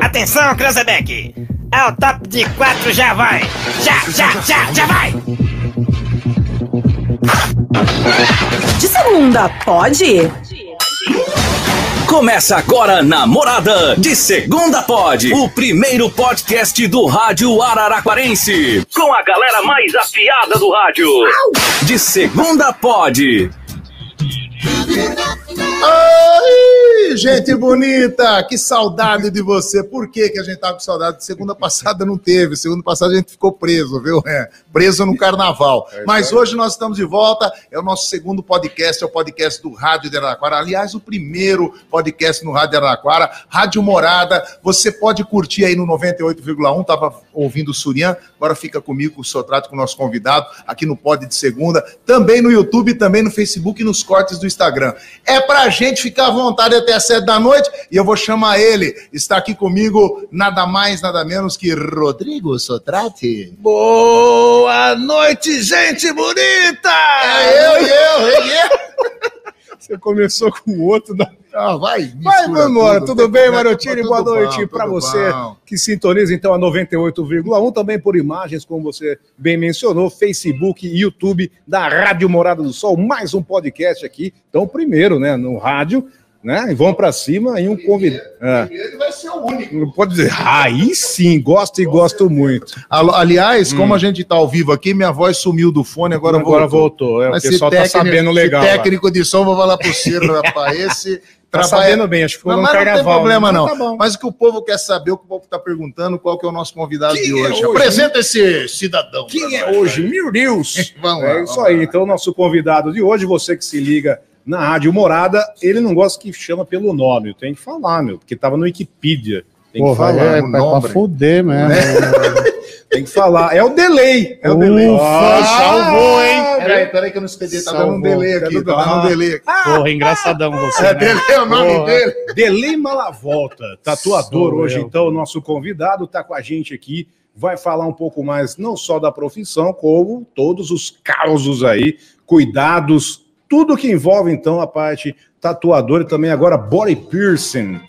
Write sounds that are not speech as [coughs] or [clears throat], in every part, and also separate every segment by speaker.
Speaker 1: Atenção, Cranzebeck! É o top de quatro, já vai! Já, já, já, já vai!
Speaker 2: De segunda, pode?
Speaker 3: Começa agora na Morada de Segunda Pod, o primeiro podcast do rádio araraquarense, com a galera mais afiada do rádio. De Segunda Pod.
Speaker 4: Oi, gente bonita! Que saudade de você! Por que, que a gente tava com saudade? Segunda passada não teve, segunda passada a gente ficou preso, viu? É, preso no carnaval. Mas hoje nós estamos de volta, é o nosso segundo podcast, é o podcast do Rádio de Araraquara. Aliás, o primeiro podcast no Rádio de Araraquara, Rádio Morada. Você pode curtir aí no 98,1, tava ouvindo o Surian, agora fica comigo, com o Sotrato, com o nosso convidado, aqui no Pod de Segunda, também no YouTube, também no Facebook e nos cortes do Instagram. É pra gente ficar à vontade até as sete da noite e eu vou chamar ele. Está aqui comigo nada mais, nada menos que Rodrigo Sotrate.
Speaker 5: Boa noite, gente bonita!
Speaker 4: É eu, eu, eu, eu.
Speaker 5: Você começou com o outro. Da...
Speaker 4: Ah, vai,
Speaker 5: Vai,
Speaker 4: mistura
Speaker 5: vambora. Tudo
Speaker 4: tem
Speaker 5: bem,
Speaker 4: problema,
Speaker 5: Marotini?
Speaker 4: tudo
Speaker 5: Boa
Speaker 4: bom,
Speaker 5: noite pra
Speaker 4: tudo
Speaker 5: você
Speaker 4: bom.
Speaker 5: que sintoniza então a 98,1 também por imagens, como você bem mencionou, Facebook e YouTube da Rádio Morada do Sol, mais um podcast aqui. Então, primeiro, né, no rádio, né? E vão pra cima e um convidado. É.
Speaker 4: Ele vai ser o único.
Speaker 5: Não Pode dizer, aí sim, gosto e gosto muito.
Speaker 4: Alô, Aliás, como a gente tá ao vivo aqui, minha voz sumiu do fone, agora,
Speaker 5: Hum. Agora
Speaker 4: voltou.
Speaker 5: voltou. É, o
Speaker 4: Mas esse
Speaker 5: pessoal tá
Speaker 4: técnico-
Speaker 5: sabendo
Speaker 4: esse
Speaker 5: legal. lá.
Speaker 4: técnico de som, vou falar pro Ciro,
Speaker 5: [laughs]
Speaker 4: rapaz. Esse
Speaker 5: Tá
Speaker 4: trabalha-
Speaker 5: sabendo bem, acho que foi
Speaker 4: Não,
Speaker 5: no
Speaker 4: mas não
Speaker 5: carnaval.
Speaker 4: tem problema,
Speaker 5: né?
Speaker 4: não.
Speaker 5: Tá bom.
Speaker 4: Mas o que o povo quer saber, o que o povo está perguntando, qual que é o nosso convidado
Speaker 5: Quem
Speaker 4: de
Speaker 5: é
Speaker 4: hoje.
Speaker 5: hoje?
Speaker 4: Apresenta esse cidadão.
Speaker 5: Quem é hoje? Meu [laughs] Deus!
Speaker 4: Vamos lá,
Speaker 5: é
Speaker 4: vamos
Speaker 5: isso
Speaker 4: lá.
Speaker 5: aí. Então, nosso convidado de hoje, você que se liga na Rádio Morada, ele não gosta que chama pelo nome. Tem que falar, meu, porque tava no Wikipedia. Tem que
Speaker 6: Porra,
Speaker 5: falar.
Speaker 6: é,
Speaker 4: o
Speaker 6: pra, pra
Speaker 4: um nome.
Speaker 6: fuder mesmo.
Speaker 5: Tem que falar. É o delay. É o delay. Ah,
Speaker 6: Ufa, salvou, hein?
Speaker 4: Peraí, peraí que eu não escutei. Tá dando um
Speaker 6: Salvou.
Speaker 4: delay aqui. Tá dando um delay aqui.
Speaker 6: Porra, engraçadão você.
Speaker 4: É [laughs]
Speaker 6: né?
Speaker 4: delay o nome
Speaker 6: Porra.
Speaker 4: dele?
Speaker 5: Delay Malavolta, tatuador
Speaker 6: Sou
Speaker 5: hoje,
Speaker 6: eu.
Speaker 5: então, nosso convidado, está com a gente aqui, vai falar um pouco mais, não só da profissão, como todos os causos aí, cuidados, tudo que envolve, então, a parte tatuador e também agora body piercing.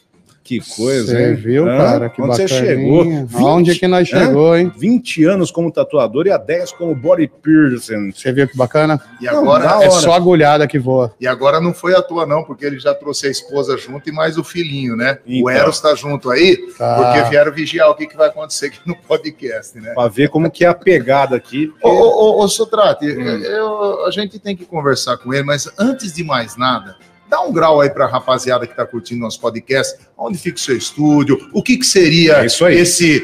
Speaker 5: Que coisa,
Speaker 6: Você
Speaker 5: hein?
Speaker 6: viu,
Speaker 5: Hã?
Speaker 6: cara? Que
Speaker 5: Quando você chegou,
Speaker 6: bacaninha. Aonde é que nós
Speaker 5: Hã?
Speaker 6: chegou, hein?
Speaker 5: 20 anos como tatuador e há 10 como body piercing.
Speaker 6: Você viu que bacana?
Speaker 4: E
Speaker 5: Não,
Speaker 4: agora,
Speaker 5: da
Speaker 6: É
Speaker 5: hora.
Speaker 6: só agulhada que voa.
Speaker 4: e agora não foi à toa, não, porque ele já trouxe a esposa junto e mais o filhinho, né? O
Speaker 5: Então.
Speaker 4: Eros tá junto aí, porque
Speaker 6: Tá.
Speaker 4: vieram vigiar o que, que vai acontecer aqui no podcast, né?
Speaker 5: Pra ver como que é a pegada aqui.
Speaker 4: Ô, ô, ô, ô Sotrate,
Speaker 5: Hum.
Speaker 4: eu- a gente tem que conversar com ele, mas antes de mais nada, dá um grau aí pra rapaziada que tá curtindo nosso podcast, onde fica o seu estúdio, o que que seria
Speaker 5: É isso aí.
Speaker 4: esse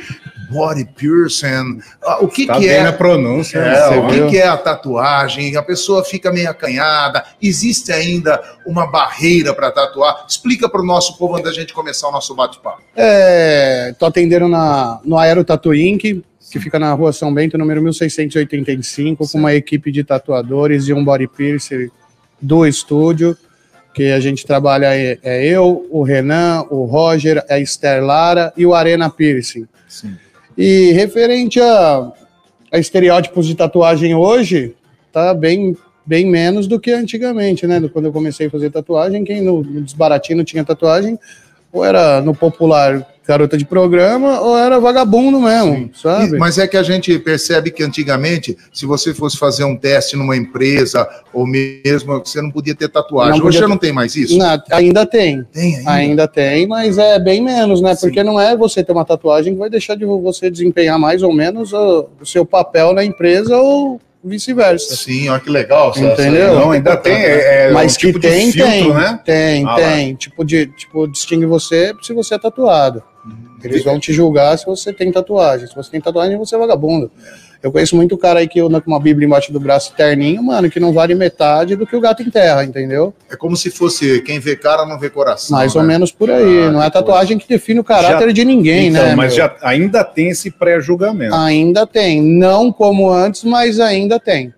Speaker 4: body piercing, ah, o que
Speaker 5: Tá
Speaker 4: que
Speaker 5: bem
Speaker 4: é...
Speaker 5: na pronúncia. né?
Speaker 4: é,
Speaker 6: você
Speaker 4: o que
Speaker 6: viu?
Speaker 4: que é a tatuagem? A pessoa fica meio acanhada. Existe ainda uma barreira para tatuar? Explica para o nosso povo antes da gente começar o nosso bate-papo.
Speaker 6: É, tô atendendo na, no Aero Tatu Inc., que fica na rua São Bento, número 1685, com uma equipe de tatuadores e um body piercer do estúdio, que a gente trabalha, é, é eu, o Renan, o Roger, a Esther Lara e o Arena Piercing.
Speaker 4: Sim.
Speaker 6: E referente a, a estereótipos de tatuagem hoje, tá bem, bem menos do que antigamente, né? Quando eu comecei a fazer tatuagem, quem no, no desbaratino tinha tatuagem, ou era no popular garota de programa, ou era vagabundo mesmo, sabe?
Speaker 4: E- Mas é que a gente percebe que antigamente, se você fosse fazer um teste numa empresa ou mesmo, você não podia ter tatuagem.
Speaker 6: Não
Speaker 4: Hoje
Speaker 6: podia
Speaker 4: já não tem mais isso?
Speaker 6: Na- ainda tem,
Speaker 4: Tem ainda.
Speaker 6: ainda tem, mas é bem menos, né? Porque não é você ter uma tatuagem que vai deixar de você desempenhar mais ou menos o, o seu papel na empresa ou vice-versa.
Speaker 4: Sim, olha que legal. essa-
Speaker 6: Entendeu?
Speaker 4: essa-
Speaker 5: Não, ainda tem. É, é
Speaker 6: Mas
Speaker 5: um
Speaker 6: que
Speaker 5: tipo de
Speaker 6: tem,
Speaker 5: filtro,
Speaker 6: tem,
Speaker 5: né?
Speaker 6: tem,
Speaker 5: Ah,
Speaker 6: tem. Tipo, de, tipo, distingue você se você é tatuado. Eles vão te julgar se você tem tatuagem. Se você tem tatuagem, você é vagabundo. Eu conheço muito cara aí que anda com uma bíblia embaixo do braço e terninho, mano, que não vale metade do que o gato em terra, entendeu?
Speaker 4: É como se fosse quem vê cara não vê coração.
Speaker 6: Mais
Speaker 4: né?
Speaker 6: ou menos por aí.
Speaker 4: Ah,
Speaker 6: não é a
Speaker 4: que
Speaker 6: tatuagem que define o caráter de ninguém,
Speaker 5: então,
Speaker 6: né?
Speaker 5: mas
Speaker 6: meu? Ah,
Speaker 5: já, ainda tem esse pré-julgamento.
Speaker 6: Ainda tem. Não como antes, mas ainda tem.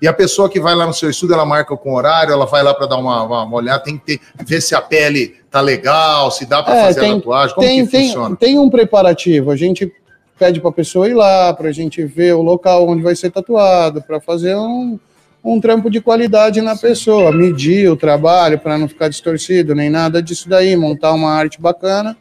Speaker 4: E a pessoa que vai lá no seu estudo, ela marca com horário, ela vai lá para dar uma, uma, uma olhada, tem que ter, ver se a pele tá legal, se dá para
Speaker 6: É,
Speaker 4: fazer a
Speaker 6: tem-
Speaker 4: tatuagem, Então, como
Speaker 6: tem,
Speaker 4: que
Speaker 6: tem,
Speaker 4: funciona?
Speaker 6: tem um preparativo. A gente pede para a pessoa ir lá, para a gente ver o local onde vai ser tatuado, para fazer um, um trampo de qualidade na pessoa, medir o trabalho para não ficar distorcido, nem nada disso daí, montar uma arte bacana.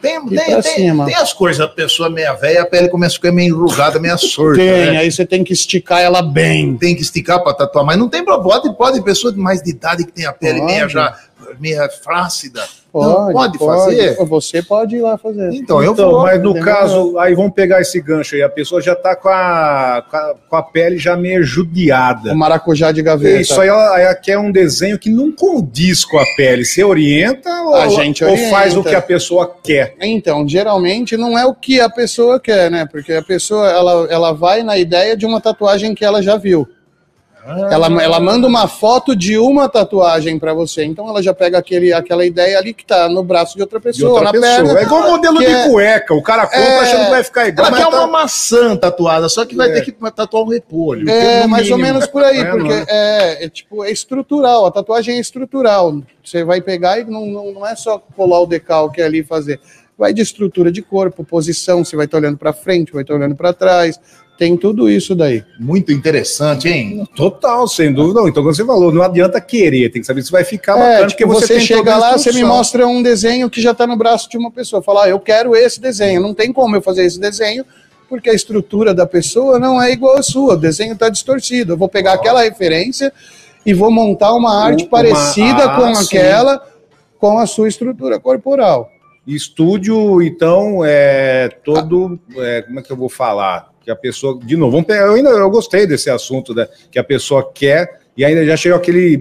Speaker 4: Tem,
Speaker 6: E
Speaker 4: tem,
Speaker 6: pra
Speaker 4: tem-
Speaker 6: cima.
Speaker 4: tem as coisas, a pessoa meia velha, a pele começa a ficar meio enrugada,
Speaker 6: [laughs]
Speaker 4: meio surda.
Speaker 6: Tem, é.
Speaker 4: né?
Speaker 6: aí você tem que esticar ela bem.
Speaker 4: Tem que esticar pra tatuar, mas não tem problema. Pode, pode pessoa de mais de idade que tem a pele
Speaker 6: Pode.
Speaker 4: meia já meia flácida.
Speaker 6: Pode,
Speaker 4: não, pode, fazer.
Speaker 6: Você pode ir lá fazer.
Speaker 4: Então, eu
Speaker 5: Então,
Speaker 4: vou.
Speaker 5: mas no
Speaker 6: Demorou.
Speaker 5: caso, aí vamos pegar esse gancho aí. A pessoa já tá com a, com a, com a pele já meio
Speaker 6: O
Speaker 5: judiada.
Speaker 6: maracujá de gaveta.
Speaker 5: Isso aí ela, ela quer um desenho que não condiz com a pele. Você orienta ou,
Speaker 6: A gente
Speaker 5: ou
Speaker 6: orienta.
Speaker 5: faz o que a pessoa quer?
Speaker 6: Então, geralmente não é o que a pessoa quer, né? Porque a pessoa ela, ela vai na ideia de uma tatuagem que ela já viu.
Speaker 5: Ah.
Speaker 6: Ela, ela manda uma foto de uma tatuagem pra você. Então ela já pega aquele, aquela ideia ali que tá no braço de outra
Speaker 5: De
Speaker 6: pessoa,
Speaker 5: outra
Speaker 6: na
Speaker 5: pessoa.
Speaker 6: perna.
Speaker 5: é igual modelo
Speaker 6: que
Speaker 5: de
Speaker 6: é-
Speaker 5: cueca. O cara compra
Speaker 6: É.
Speaker 5: achando que vai ficar igual.
Speaker 4: Ela
Speaker 5: mas
Speaker 4: quer
Speaker 5: tá-
Speaker 4: uma maçã tatuada, só que vai ter que tatuar um repolho.
Speaker 6: É,
Speaker 5: no
Speaker 6: mais ou
Speaker 5: mínimo.
Speaker 6: menos por aí,
Speaker 5: É,
Speaker 6: porque
Speaker 5: não é?
Speaker 6: é, é, tipo, é estrutural, a tatuagem é estrutural. Você vai pegar e não, não, não é só colar o decalque ali e fazer. Vai de estrutura de corpo, posição, você vai estar olhando pra frente, vai estar olhando pra trás. Tem tudo isso daí.
Speaker 4: Muito interessante, hein?
Speaker 6: Hum,
Speaker 5: Total, sem dúvida. Então, como você falou, não adianta querer, tem que saber se vai ficar
Speaker 6: é,
Speaker 5: bacana,
Speaker 6: tipo, você,
Speaker 5: tem toda
Speaker 6: chega
Speaker 5: a
Speaker 6: lá, você me
Speaker 5: instrução.
Speaker 6: mostra um desenho que já tá no braço de uma pessoa. Fala, ah, eu quero esse desenho. Não tem como eu fazer esse desenho, porque a estrutura da pessoa não é igual à sua. O desenho tá distorcido. Eu vou pegar aquela referência e vou montar uma arte
Speaker 5: Uma-
Speaker 6: parecida
Speaker 5: ah,
Speaker 6: com
Speaker 5: sim.
Speaker 6: aquela, com a sua estrutura corporal.
Speaker 5: Estúdio, então, é todo. é, como é que eu vou falar? Que a pessoa. De novo, vamos pegar. Eu ainda eu gostei desse assunto, né? Que a pessoa quer. E ainda já chegou aquele.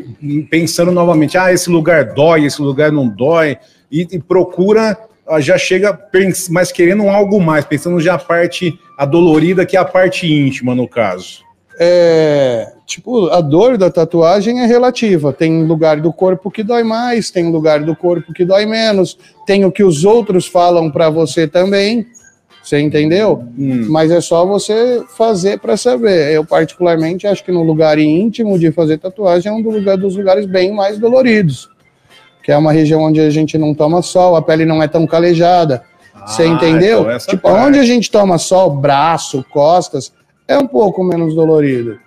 Speaker 5: Pensando novamente, ah, esse lugar dói, esse lugar não dói. E, e procura, ah, já chega, pens- mas querendo um algo mais, pensando já a parte adolorida, que é a parte íntima, no caso.
Speaker 6: É, tipo, a dor da tatuagem é relativa. Tem lugar do corpo que dói mais, tem lugar do corpo que dói menos, tem o que os outros falam pra você também. Você entendeu?
Speaker 5: Hum.
Speaker 6: Mas é só você fazer pra saber. Eu, particularmente, acho que no lugar íntimo de fazer tatuagem é um do lugar- dos lugares bem mais doloridos. Que é uma região onde a gente não toma sol, a pele não é tão calejada. Você
Speaker 5: Ah,
Speaker 6: entendeu?
Speaker 5: então essa
Speaker 6: tipo,
Speaker 5: parte.
Speaker 6: onde a gente toma sol, braço, costas, é um pouco menos dolorido.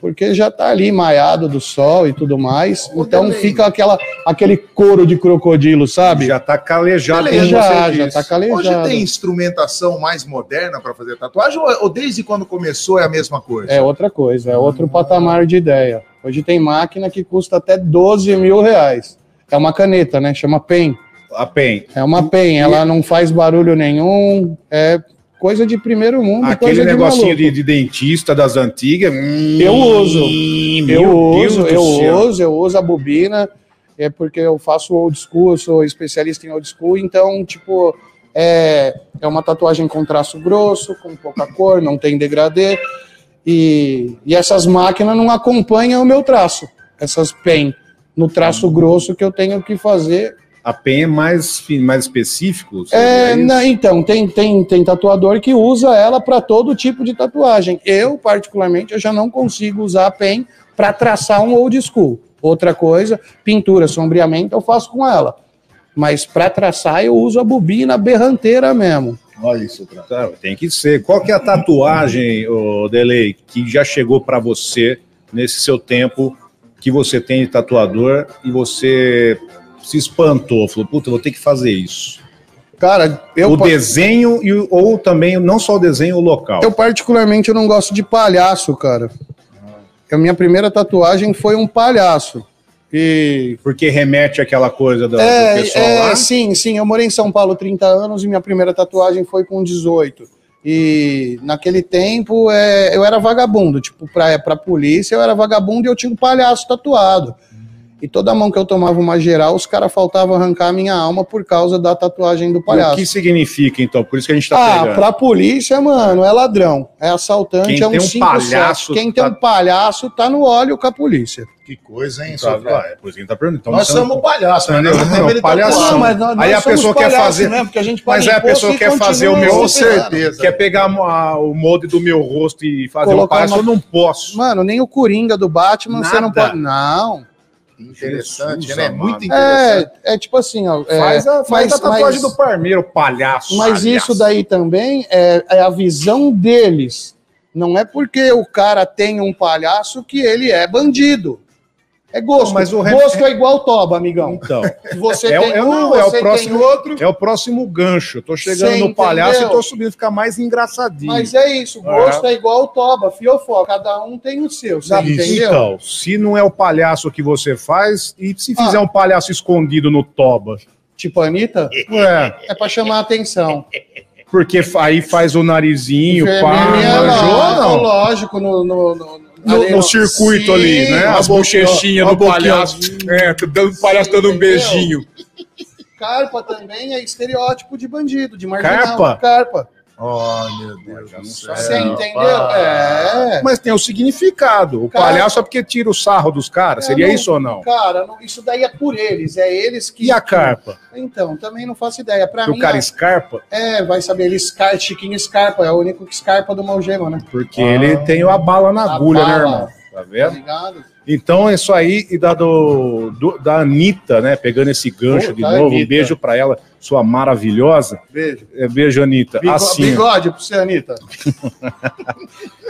Speaker 6: Porque já tá ali maiado do sol e tudo mais.
Speaker 4: Ô,
Speaker 6: então
Speaker 4: Delei.
Speaker 6: fica aquela, aquele couro de crocodilo, sabe?
Speaker 5: Já tá calejado. como
Speaker 6: já,
Speaker 5: você
Speaker 6: já
Speaker 5: disse.
Speaker 6: tá calejado.
Speaker 4: Hoje tem instrumentação mais moderna para fazer tatuagem ou, ou desde quando começou é a mesma coisa?
Speaker 6: É outra coisa, é outro patamar de ideia. Hoje tem máquina que custa até 12 mil reais. É uma caneta, né? Chama PEN.
Speaker 5: A PEN.
Speaker 6: É uma PEN, ela não faz barulho nenhum, é coisa de primeiro mundo,
Speaker 5: Aquele
Speaker 6: coisa de
Speaker 5: negocinho
Speaker 6: maluco.
Speaker 5: de, de dentista das antigas. hum,
Speaker 6: Eu uso.
Speaker 5: meu
Speaker 6: Eu
Speaker 5: Deus
Speaker 6: uso,
Speaker 5: do
Speaker 6: eu
Speaker 5: céu.
Speaker 6: uso, eu uso a bobina, é porque eu faço old school, eu sou especialista em old school, então, tipo, é, é uma tatuagem com traço grosso, com pouca cor, não tem degradê, e, e essas máquinas não acompanham o meu traço, essas pen, no traço grosso que eu tenho que fazer.
Speaker 5: A PEN é mais, fi- mais específico? seja,
Speaker 6: É,
Speaker 5: isso?
Speaker 6: não, então, tem, tem, tem tatuador que usa ela para todo tipo de tatuagem. Eu, particularmente, eu já não consigo usar a pen para traçar um old school. Outra coisa, pintura, sombreamento, eu faço com ela. Mas para traçar, eu uso a bobina berranteira mesmo.
Speaker 4: Olha isso, cara.
Speaker 5: Tá, tem que ser. Qual que é a tatuagem, ô Delay, que já chegou pra você nesse seu tempo que você tem de tatuador e você se espantou? Falou, puta, eu vou ter que fazer isso.
Speaker 6: Cara, eu,
Speaker 5: o
Speaker 6: pa-
Speaker 5: desenho e, o- ou também, não só o desenho, o local.
Speaker 6: eu particularmente eu não gosto de palhaço, cara. A minha primeira tatuagem foi um palhaço. E.
Speaker 5: Porque remete àquela coisa da- do, pessoal
Speaker 6: É,
Speaker 5: lá.
Speaker 6: é, sim, sim. Eu morei em São Paulo 30 anos e minha primeira tatuagem foi com 18. E naquele tempo é, eu era vagabundo, tipo, pra, pra polícia eu era vagabundo e eu tinha um palhaço tatuado. E toda mão que eu tomava uma geral, os caras faltavam arrancar a minha alma por causa da tatuagem do
Speaker 5: O
Speaker 6: palhaço.
Speaker 5: que significa, então? Por isso que a gente tá
Speaker 6: Ah,
Speaker 5: pegando.
Speaker 6: pra polícia, mano, é ladrão, é assaltante,
Speaker 5: Quem
Speaker 6: é
Speaker 5: tem
Speaker 6: um
Speaker 5: um
Speaker 6: 5
Speaker 5: palhaço
Speaker 6: Quem tem
Speaker 5: tá-
Speaker 6: um palhaço tá no óleo com a polícia.
Speaker 4: Que coisa, hein,
Speaker 5: Tá,
Speaker 4: Sofia?
Speaker 5: tá, é por isso que ele tá perguntando. Então,
Speaker 4: Nós
Speaker 5: você não-
Speaker 4: somos palhaços, né?
Speaker 5: Entendeu?
Speaker 4: Nós
Speaker 5: Não,
Speaker 4: temos ele
Speaker 5: palhação.
Speaker 4: tatuado.
Speaker 6: Não, mas nós- nós
Speaker 5: Aí a
Speaker 6: somos
Speaker 5: pessoa quer
Speaker 6: palhaço
Speaker 5: fazer-
Speaker 6: mesmo, porque a gente
Speaker 5: Mas
Speaker 6: paga
Speaker 5: aí a
Speaker 6: imposto
Speaker 5: pessoa
Speaker 6: e
Speaker 5: quer fazer o
Speaker 6: continua
Speaker 5: meu
Speaker 4: Com
Speaker 6: se ferrando.
Speaker 4: certeza.
Speaker 5: Quer pegar a- o molde do meu rosto e fazer um
Speaker 6: Colocar
Speaker 5: palhaço,
Speaker 6: uma-
Speaker 5: eu não posso.
Speaker 6: Mano, nem o Coringa do Batman você não
Speaker 5: Nada.
Speaker 6: pode. Não.
Speaker 4: Interessante,
Speaker 5: Jesus
Speaker 4: né?
Speaker 5: amado.
Speaker 4: Muito interessante.
Speaker 6: É, é tipo assim, ó. é,
Speaker 5: faz a, faz
Speaker 6: mas-
Speaker 5: a tatuagem
Speaker 6: mas-
Speaker 5: do Parmeiro, palhaço.
Speaker 6: Mas
Speaker 5: palhaço.
Speaker 6: isso daí também é, é a visão deles. Não é porque o cara tem um palhaço que ele é bandido. É gosto.
Speaker 5: Mas o resto-
Speaker 6: gosto é igual toba, amigão.
Speaker 5: Então,
Speaker 6: Se Você
Speaker 5: é, o-
Speaker 6: tem
Speaker 5: é o-
Speaker 6: um,
Speaker 5: é o
Speaker 6: você
Speaker 5: próximo,
Speaker 6: tem outro.
Speaker 5: é o próximo gancho. Tô
Speaker 6: Você
Speaker 5: chegando no
Speaker 6: entendeu?
Speaker 5: palhaço e tô subindo, ficar mais engraçadinho.
Speaker 6: Mas é isso, gosto é, igual toba, fiofó. Cada um tem o seu, sabe?
Speaker 5: Isso.
Speaker 6: Entendeu?
Speaker 5: Então, se não é o palhaço que você faz, e se fizer
Speaker 6: Ah.
Speaker 5: um palhaço escondido no toba?
Speaker 6: Tipo a Anitta,
Speaker 5: Ué,
Speaker 6: é pra chamar a atenção.
Speaker 5: porque fa- aí faz o narizinho, pá,
Speaker 6: Feminina,
Speaker 5: manjou, não.
Speaker 6: é lógico, no, no, no,
Speaker 5: No,
Speaker 6: ali
Speaker 5: no circuito
Speaker 6: Sim,
Speaker 5: ali, né?
Speaker 6: a
Speaker 5: As
Speaker 6: boquinha,
Speaker 5: bochechinhas
Speaker 6: a
Speaker 5: do
Speaker 6: boquinha.
Speaker 5: palhaço. É, tá dando, o palhaço dando um
Speaker 6: Entendeu?
Speaker 5: beijinho.
Speaker 6: Carpa também é estereótipo de bandido, de marginal.
Speaker 5: Carpa?
Speaker 6: Carpa.
Speaker 4: Oh, meu Deus
Speaker 5: Mas
Speaker 4: do
Speaker 5: já
Speaker 4: céu.
Speaker 5: não
Speaker 6: Você
Speaker 5: É,
Speaker 6: entendeu? É.
Speaker 5: Mas tem o significado. O
Speaker 6: Cara-
Speaker 5: palhaço é porque tira o sarro dos caras.
Speaker 6: É,
Speaker 5: Seria
Speaker 6: não-
Speaker 5: isso ou não?
Speaker 6: Cara, não- isso daí é por eles, é eles que.
Speaker 5: E a carpa?
Speaker 6: Então, também não faço ideia. Pra
Speaker 5: o
Speaker 6: mim,
Speaker 5: cara
Speaker 6: é-
Speaker 5: escarpa?
Speaker 6: é, vai saber, ele Scar, Chiquinho Scarpa, é o único que escarpa do Malgema, né?
Speaker 5: Porque ele tem a bala na
Speaker 6: A
Speaker 5: agulha, né,
Speaker 6: bala.
Speaker 5: irmão? Tá
Speaker 6: Tá
Speaker 5: vendo?
Speaker 6: ligado?
Speaker 5: Então é isso aí. E da, do, do- da Anitta, né? Pegando esse gancho
Speaker 6: Pô,
Speaker 5: de
Speaker 6: tá,
Speaker 5: novo. Um
Speaker 6: Anitta.
Speaker 5: beijo pra ela, sua maravilhosa.
Speaker 6: Beijo.
Speaker 5: É, Beijo, Anitta.
Speaker 6: Bigo-
Speaker 5: assim,
Speaker 6: Bigode pra você, Anitta.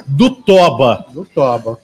Speaker 5: do Toba.
Speaker 6: Do Toba.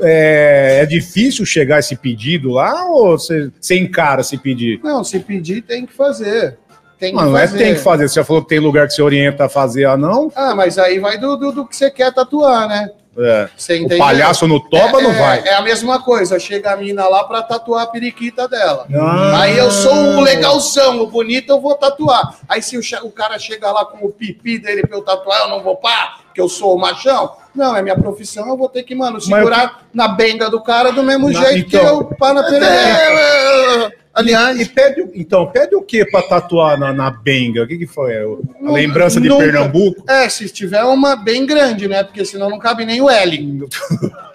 Speaker 5: É, é difícil chegar esse pedido lá ou você, você encara se pedir?
Speaker 6: Não, se pedir, tem que fazer. Tem que
Speaker 5: Não, não é
Speaker 6: fazer.
Speaker 5: tem que fazer. Você falou que tem lugar que você orienta a fazer, ah, não?
Speaker 6: Ah, mas aí vai do, do, do que você quer tatuar, né?
Speaker 5: É.
Speaker 6: Você
Speaker 5: O
Speaker 6: entendeu?
Speaker 5: palhaço no toba
Speaker 6: é,
Speaker 5: não
Speaker 6: é-
Speaker 5: vai.
Speaker 6: É a mesma coisa, chega a mina lá pra tatuar a periquita dela.
Speaker 5: Ah.
Speaker 6: Aí eu sou o legalzão, o bonito, eu vou tatuar. Aí se o, cha- o cara chega lá com o pipi dele pra eu tatuar, eu não vou pá, que eu sou o machão. Não, é minha profissão, eu vou ter que, mano, segurar na benga do cara do mesmo
Speaker 5: Na-
Speaker 6: jeito que
Speaker 5: então.
Speaker 6: eu pá na perereca.
Speaker 5: Aliás, e pede, o- então, pede o que pra tatuar na, na benga? O que, que foi? O- A
Speaker 6: Nunca-
Speaker 5: lembrança de
Speaker 6: nunca.
Speaker 5: Pernambuco?
Speaker 6: É, se tiver uma bem grande, né? Porque senão não cabe nem o L.
Speaker 5: [laughs]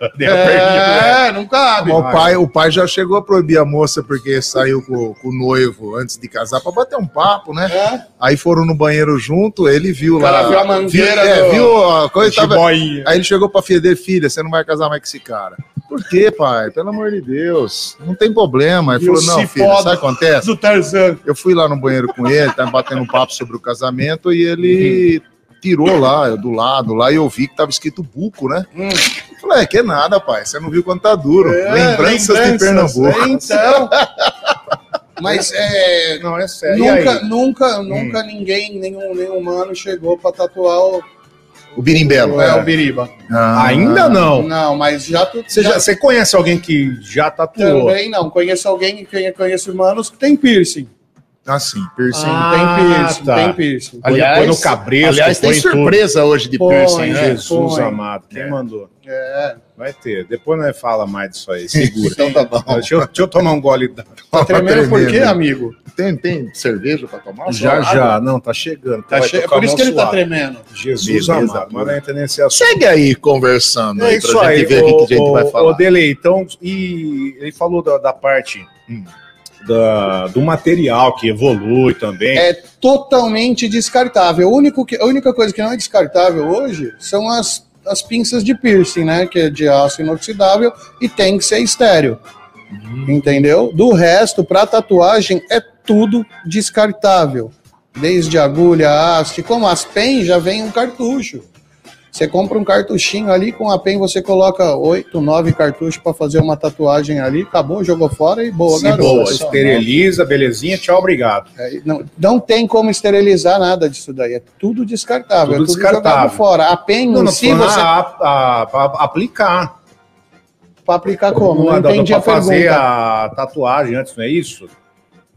Speaker 5: Eu perdi, né?
Speaker 6: É, não cabe.
Speaker 4: Mas O pai, o pai já chegou a proibir a moça porque saiu com, com o noivo antes de casar pra bater um papo, né?
Speaker 6: É.
Speaker 4: Aí foram no banheiro junto, ele viu
Speaker 6: O cara
Speaker 4: lá.
Speaker 6: viu a mangueira
Speaker 4: viu, é,
Speaker 6: do-
Speaker 4: viu a coisa. tava-
Speaker 5: Chiboinha.
Speaker 4: Aí ele chegou pra filha dele, filha, você não vai casar mais com esse cara. Por quê, pai? Pelo amor de Deus. Não tem problema. Ele
Speaker 5: E o
Speaker 4: falou, não,
Speaker 5: cipó
Speaker 4: filho, sabe o
Speaker 5: do-
Speaker 4: que
Speaker 6: É.
Speaker 4: acontece?
Speaker 5: Do Tarzan.
Speaker 4: Eu fui lá no banheiro com ele, tava batendo um papo sobre o casamento e ele tirou lá, eu do lado lá, e eu vi que tava escrito buco, né?
Speaker 5: Hum.
Speaker 4: Eu Falei, é que nada, pai, você não viu quanto tá duro.
Speaker 6: É,
Speaker 4: lembranças, de Pernambuco.
Speaker 6: Então. Mas é,
Speaker 5: Não, é sério. [laughs] E aí? Hum.
Speaker 6: nunca, nunca, nunca ninguém, nenhum, nenhum humano chegou pra tatuar o,
Speaker 4: O birimbelo.
Speaker 6: é, o Biriba.
Speaker 4: Ah,
Speaker 5: Ainda não.
Speaker 6: Não, mas já tu
Speaker 5: Você, já, você conhece alguém que já tatuou?
Speaker 6: também não. Conheço alguém, conhe- conheço humanos que tem piercing.
Speaker 4: Assim, piercing.
Speaker 5: Ah,
Speaker 6: tem piercing,
Speaker 5: tá.
Speaker 6: tem piercing.
Speaker 5: Põe- põe no cabresto,
Speaker 4: aliás, tem
Speaker 5: põe em tudo.
Speaker 4: surpresa hoje de
Speaker 6: Põe,
Speaker 4: piercing, né?
Speaker 5: Jesus
Speaker 6: põe.
Speaker 5: amado, quem mandou?
Speaker 6: É,
Speaker 5: Vai ter. Depois nós fala mais disso [laughs] aí, segura.
Speaker 4: Então tá bom.
Speaker 5: deixa, eu, deixa eu tomar um gole. da-
Speaker 6: tá tremendo por
Speaker 4: tremendo.
Speaker 6: quê, amigo?
Speaker 4: Tem, tem cerveja pra tomar?
Speaker 5: Já,
Speaker 4: Só
Speaker 5: já. Não, tá chegando.
Speaker 6: Tá
Speaker 5: Vai
Speaker 6: che- É
Speaker 5: tocar
Speaker 6: por isso
Speaker 5: mão
Speaker 6: que ele tá
Speaker 5: suave.
Speaker 6: tremendo.
Speaker 5: Jesus
Speaker 4: Beleza,
Speaker 5: amado,
Speaker 4: pura.
Speaker 5: mas não entra nesse assunto.
Speaker 4: Segue aí conversando
Speaker 5: É
Speaker 4: aí
Speaker 5: isso
Speaker 4: pra gente
Speaker 5: aí,
Speaker 4: ver o que que a gente
Speaker 5: o,
Speaker 4: vai falar.
Speaker 5: Delei, então, e ele falou da, da parte hum, da- do material que evolui também.
Speaker 6: É totalmente descartável. O único que, a única coisa que não é descartável hoje são as, as pinças de piercing, né? Que é de aço inoxidável e tem que ser estéreo. Entendeu? Do resto, para tatuagem, é tudo descartável. Desde agulha, haste, como as PEN já vem um cartucho. Você compra um cartuchinho ali, com a PEN você coloca oito, nove cartuchos para fazer uma tatuagem ali, acabou, jogou fora e boa,
Speaker 5: Se
Speaker 6: garoto.
Speaker 5: boa, esteriliza, belezinha, tchau, obrigado.
Speaker 6: É, Não, não tem como esterilizar nada disso daí. É tudo descartável.
Speaker 5: Tudo
Speaker 6: é tudo
Speaker 5: descartável.
Speaker 6: jogado fora. A penha
Speaker 5: Não,
Speaker 6: em
Speaker 5: não, ah,
Speaker 6: si
Speaker 5: pra-
Speaker 6: você.
Speaker 5: a- a- pra aplicar.
Speaker 6: Pra aplicar como? Não,
Speaker 5: Não, dá- dá
Speaker 6: entendi
Speaker 5: pra
Speaker 6: a pergunta.
Speaker 5: fazer a tatuagem antes, não é isso?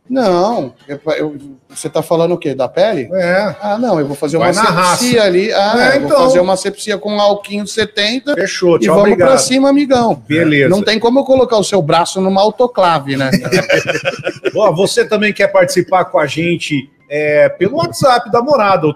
Speaker 6: Não. eu- eu- você tá falando o quê? Da pele?
Speaker 5: É,
Speaker 6: Ah, não. Eu vou fazer
Speaker 5: Vai
Speaker 6: uma
Speaker 5: na
Speaker 6: sepsia ali. Ah,
Speaker 5: É,
Speaker 6: eu
Speaker 5: então.
Speaker 6: vou fazer uma sepsia com um alquinho 70
Speaker 5: fechou,
Speaker 6: e
Speaker 5: tchau,
Speaker 6: vamos pra
Speaker 5: obrigado.
Speaker 6: cima, amigão.
Speaker 5: Beleza.
Speaker 6: Não tem como eu colocar o seu braço numa
Speaker 5: [laughs]
Speaker 6: autoclave, né?
Speaker 5: É, Ó, você também quer participar com a gente é, pelo WhatsApp da Morada, o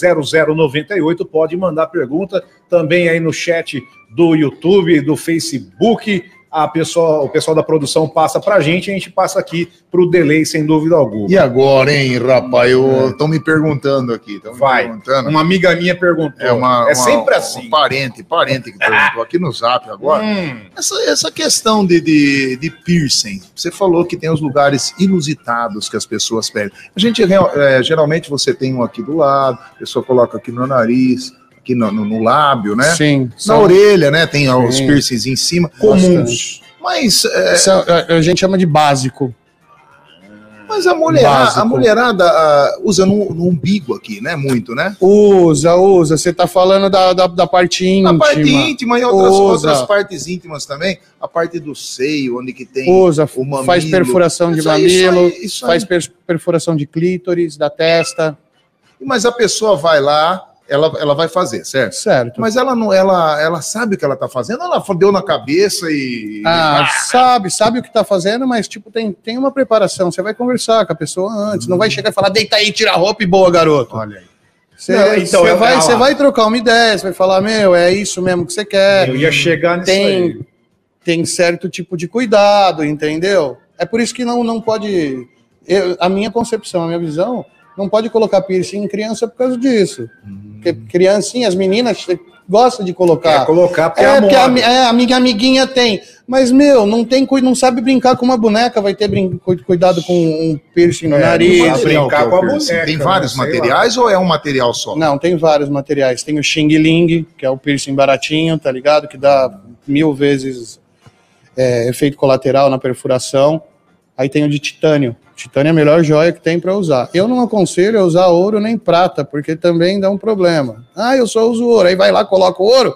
Speaker 5: 33360098. Pode mandar pergunta também aí no chat do YouTube, do Facebook. A pessoa, o pessoal da produção passa pra gente, a gente passa aqui pro delay, sem dúvida alguma.
Speaker 4: E agora, hein, rapaz? Estão me perguntando aqui. Tão me
Speaker 5: É. Vai.
Speaker 4: perguntando.
Speaker 5: Uma amiga minha perguntou.
Speaker 4: É, uma, uma-
Speaker 5: sempre
Speaker 4: um
Speaker 5: assim.
Speaker 4: parente, parente que perguntou aqui no zap agora.
Speaker 5: Hum,
Speaker 4: Essa, essa questão de, de, de piercing, você falou que tem os lugares inusitados que as pessoas pedem. A gente real- é, geralmente você tem um aqui do lado, a pessoa coloca aqui no nariz, aqui no, no- no lábio, né?
Speaker 6: Sim.
Speaker 4: Na orelha, né? Tem os
Speaker 6: Sim.
Speaker 5: é
Speaker 4: piercings em cima.
Speaker 5: comuns.
Speaker 4: Mas, Mas, é,
Speaker 6: Isso é- a, a gente chama de básico.
Speaker 4: mas a, mulherada-
Speaker 6: Básico.
Speaker 4: a mulherada ah, usa no, no umbigo aqui, né? Muito, né?
Speaker 6: Usa, usa. Você tá falando da, da, da parte íntima.
Speaker 4: A parte íntima e outras,
Speaker 6: Usa.
Speaker 4: outras partes íntimas também. A parte do seio, onde que tem
Speaker 6: Usa,
Speaker 4: o mamilo.
Speaker 6: faz perfuração de
Speaker 4: Isso aí, isso aí,
Speaker 6: mamilo,
Speaker 4: isso aí.
Speaker 6: faz per- perfuração de clítoris, da testa.
Speaker 4: Mas a pessoa vai lá, ela, ela vai fazer, certo?
Speaker 6: Certo.
Speaker 4: Mas ela não, ela, ela sabe o que ela tá fazendo, ela deu na cabeça e.
Speaker 6: Ah, sabe, sabe o que tá fazendo, mas tipo, tem, tem uma preparação. Você vai conversar com a pessoa antes, não vai chegar e falar, deita aí, tira a roupa e boa, garoto.
Speaker 4: Hum. Olha aí.
Speaker 6: Você
Speaker 5: Não, então,
Speaker 6: você
Speaker 5: eu-
Speaker 6: vai,
Speaker 5: ah,
Speaker 6: você
Speaker 5: lá.
Speaker 6: vai trocar uma ideia, você vai falar, meu, é isso mesmo que você quer.
Speaker 5: Eu ia chegar nisso
Speaker 6: Tem-
Speaker 5: aí.
Speaker 6: tem certo tipo de cuidado, entendeu? É por isso que não, não pode. eu- a minha concepção, a minha visão, não pode colocar piercing em criança por causa disso. Porque criancinha, as meninas gostam de
Speaker 5: Hum. É,
Speaker 6: colocar.
Speaker 5: colocar porque
Speaker 6: É, porque a,
Speaker 5: moda.
Speaker 6: mi- é, a minha amiguinha tem. Mas, meu, não tem cui- não sabe brincar com uma boneca, vai ter brin- cu- cuidado com um piercing no
Speaker 5: É, não
Speaker 6: nariz.
Speaker 5: sabe. brincar
Speaker 4: Não,
Speaker 5: com a
Speaker 4: piercing.
Speaker 5: boneca,
Speaker 4: Tem
Speaker 5: né?
Speaker 4: vários
Speaker 5: Sei
Speaker 4: materiais ou é um material só?
Speaker 6: Não, tem vários materiais. Tem o Xing Ling, que é o piercing baratinho, tá ligado? Que dá mil vezes é, efeito colateral na perfuração. Aí tem o de titânio. Titânio é a melhor joia que tem para usar. Eu não aconselho a usar ouro nem prata, porque também dá um problema. Ah, eu só uso ouro. Aí vai lá, coloca o ouro,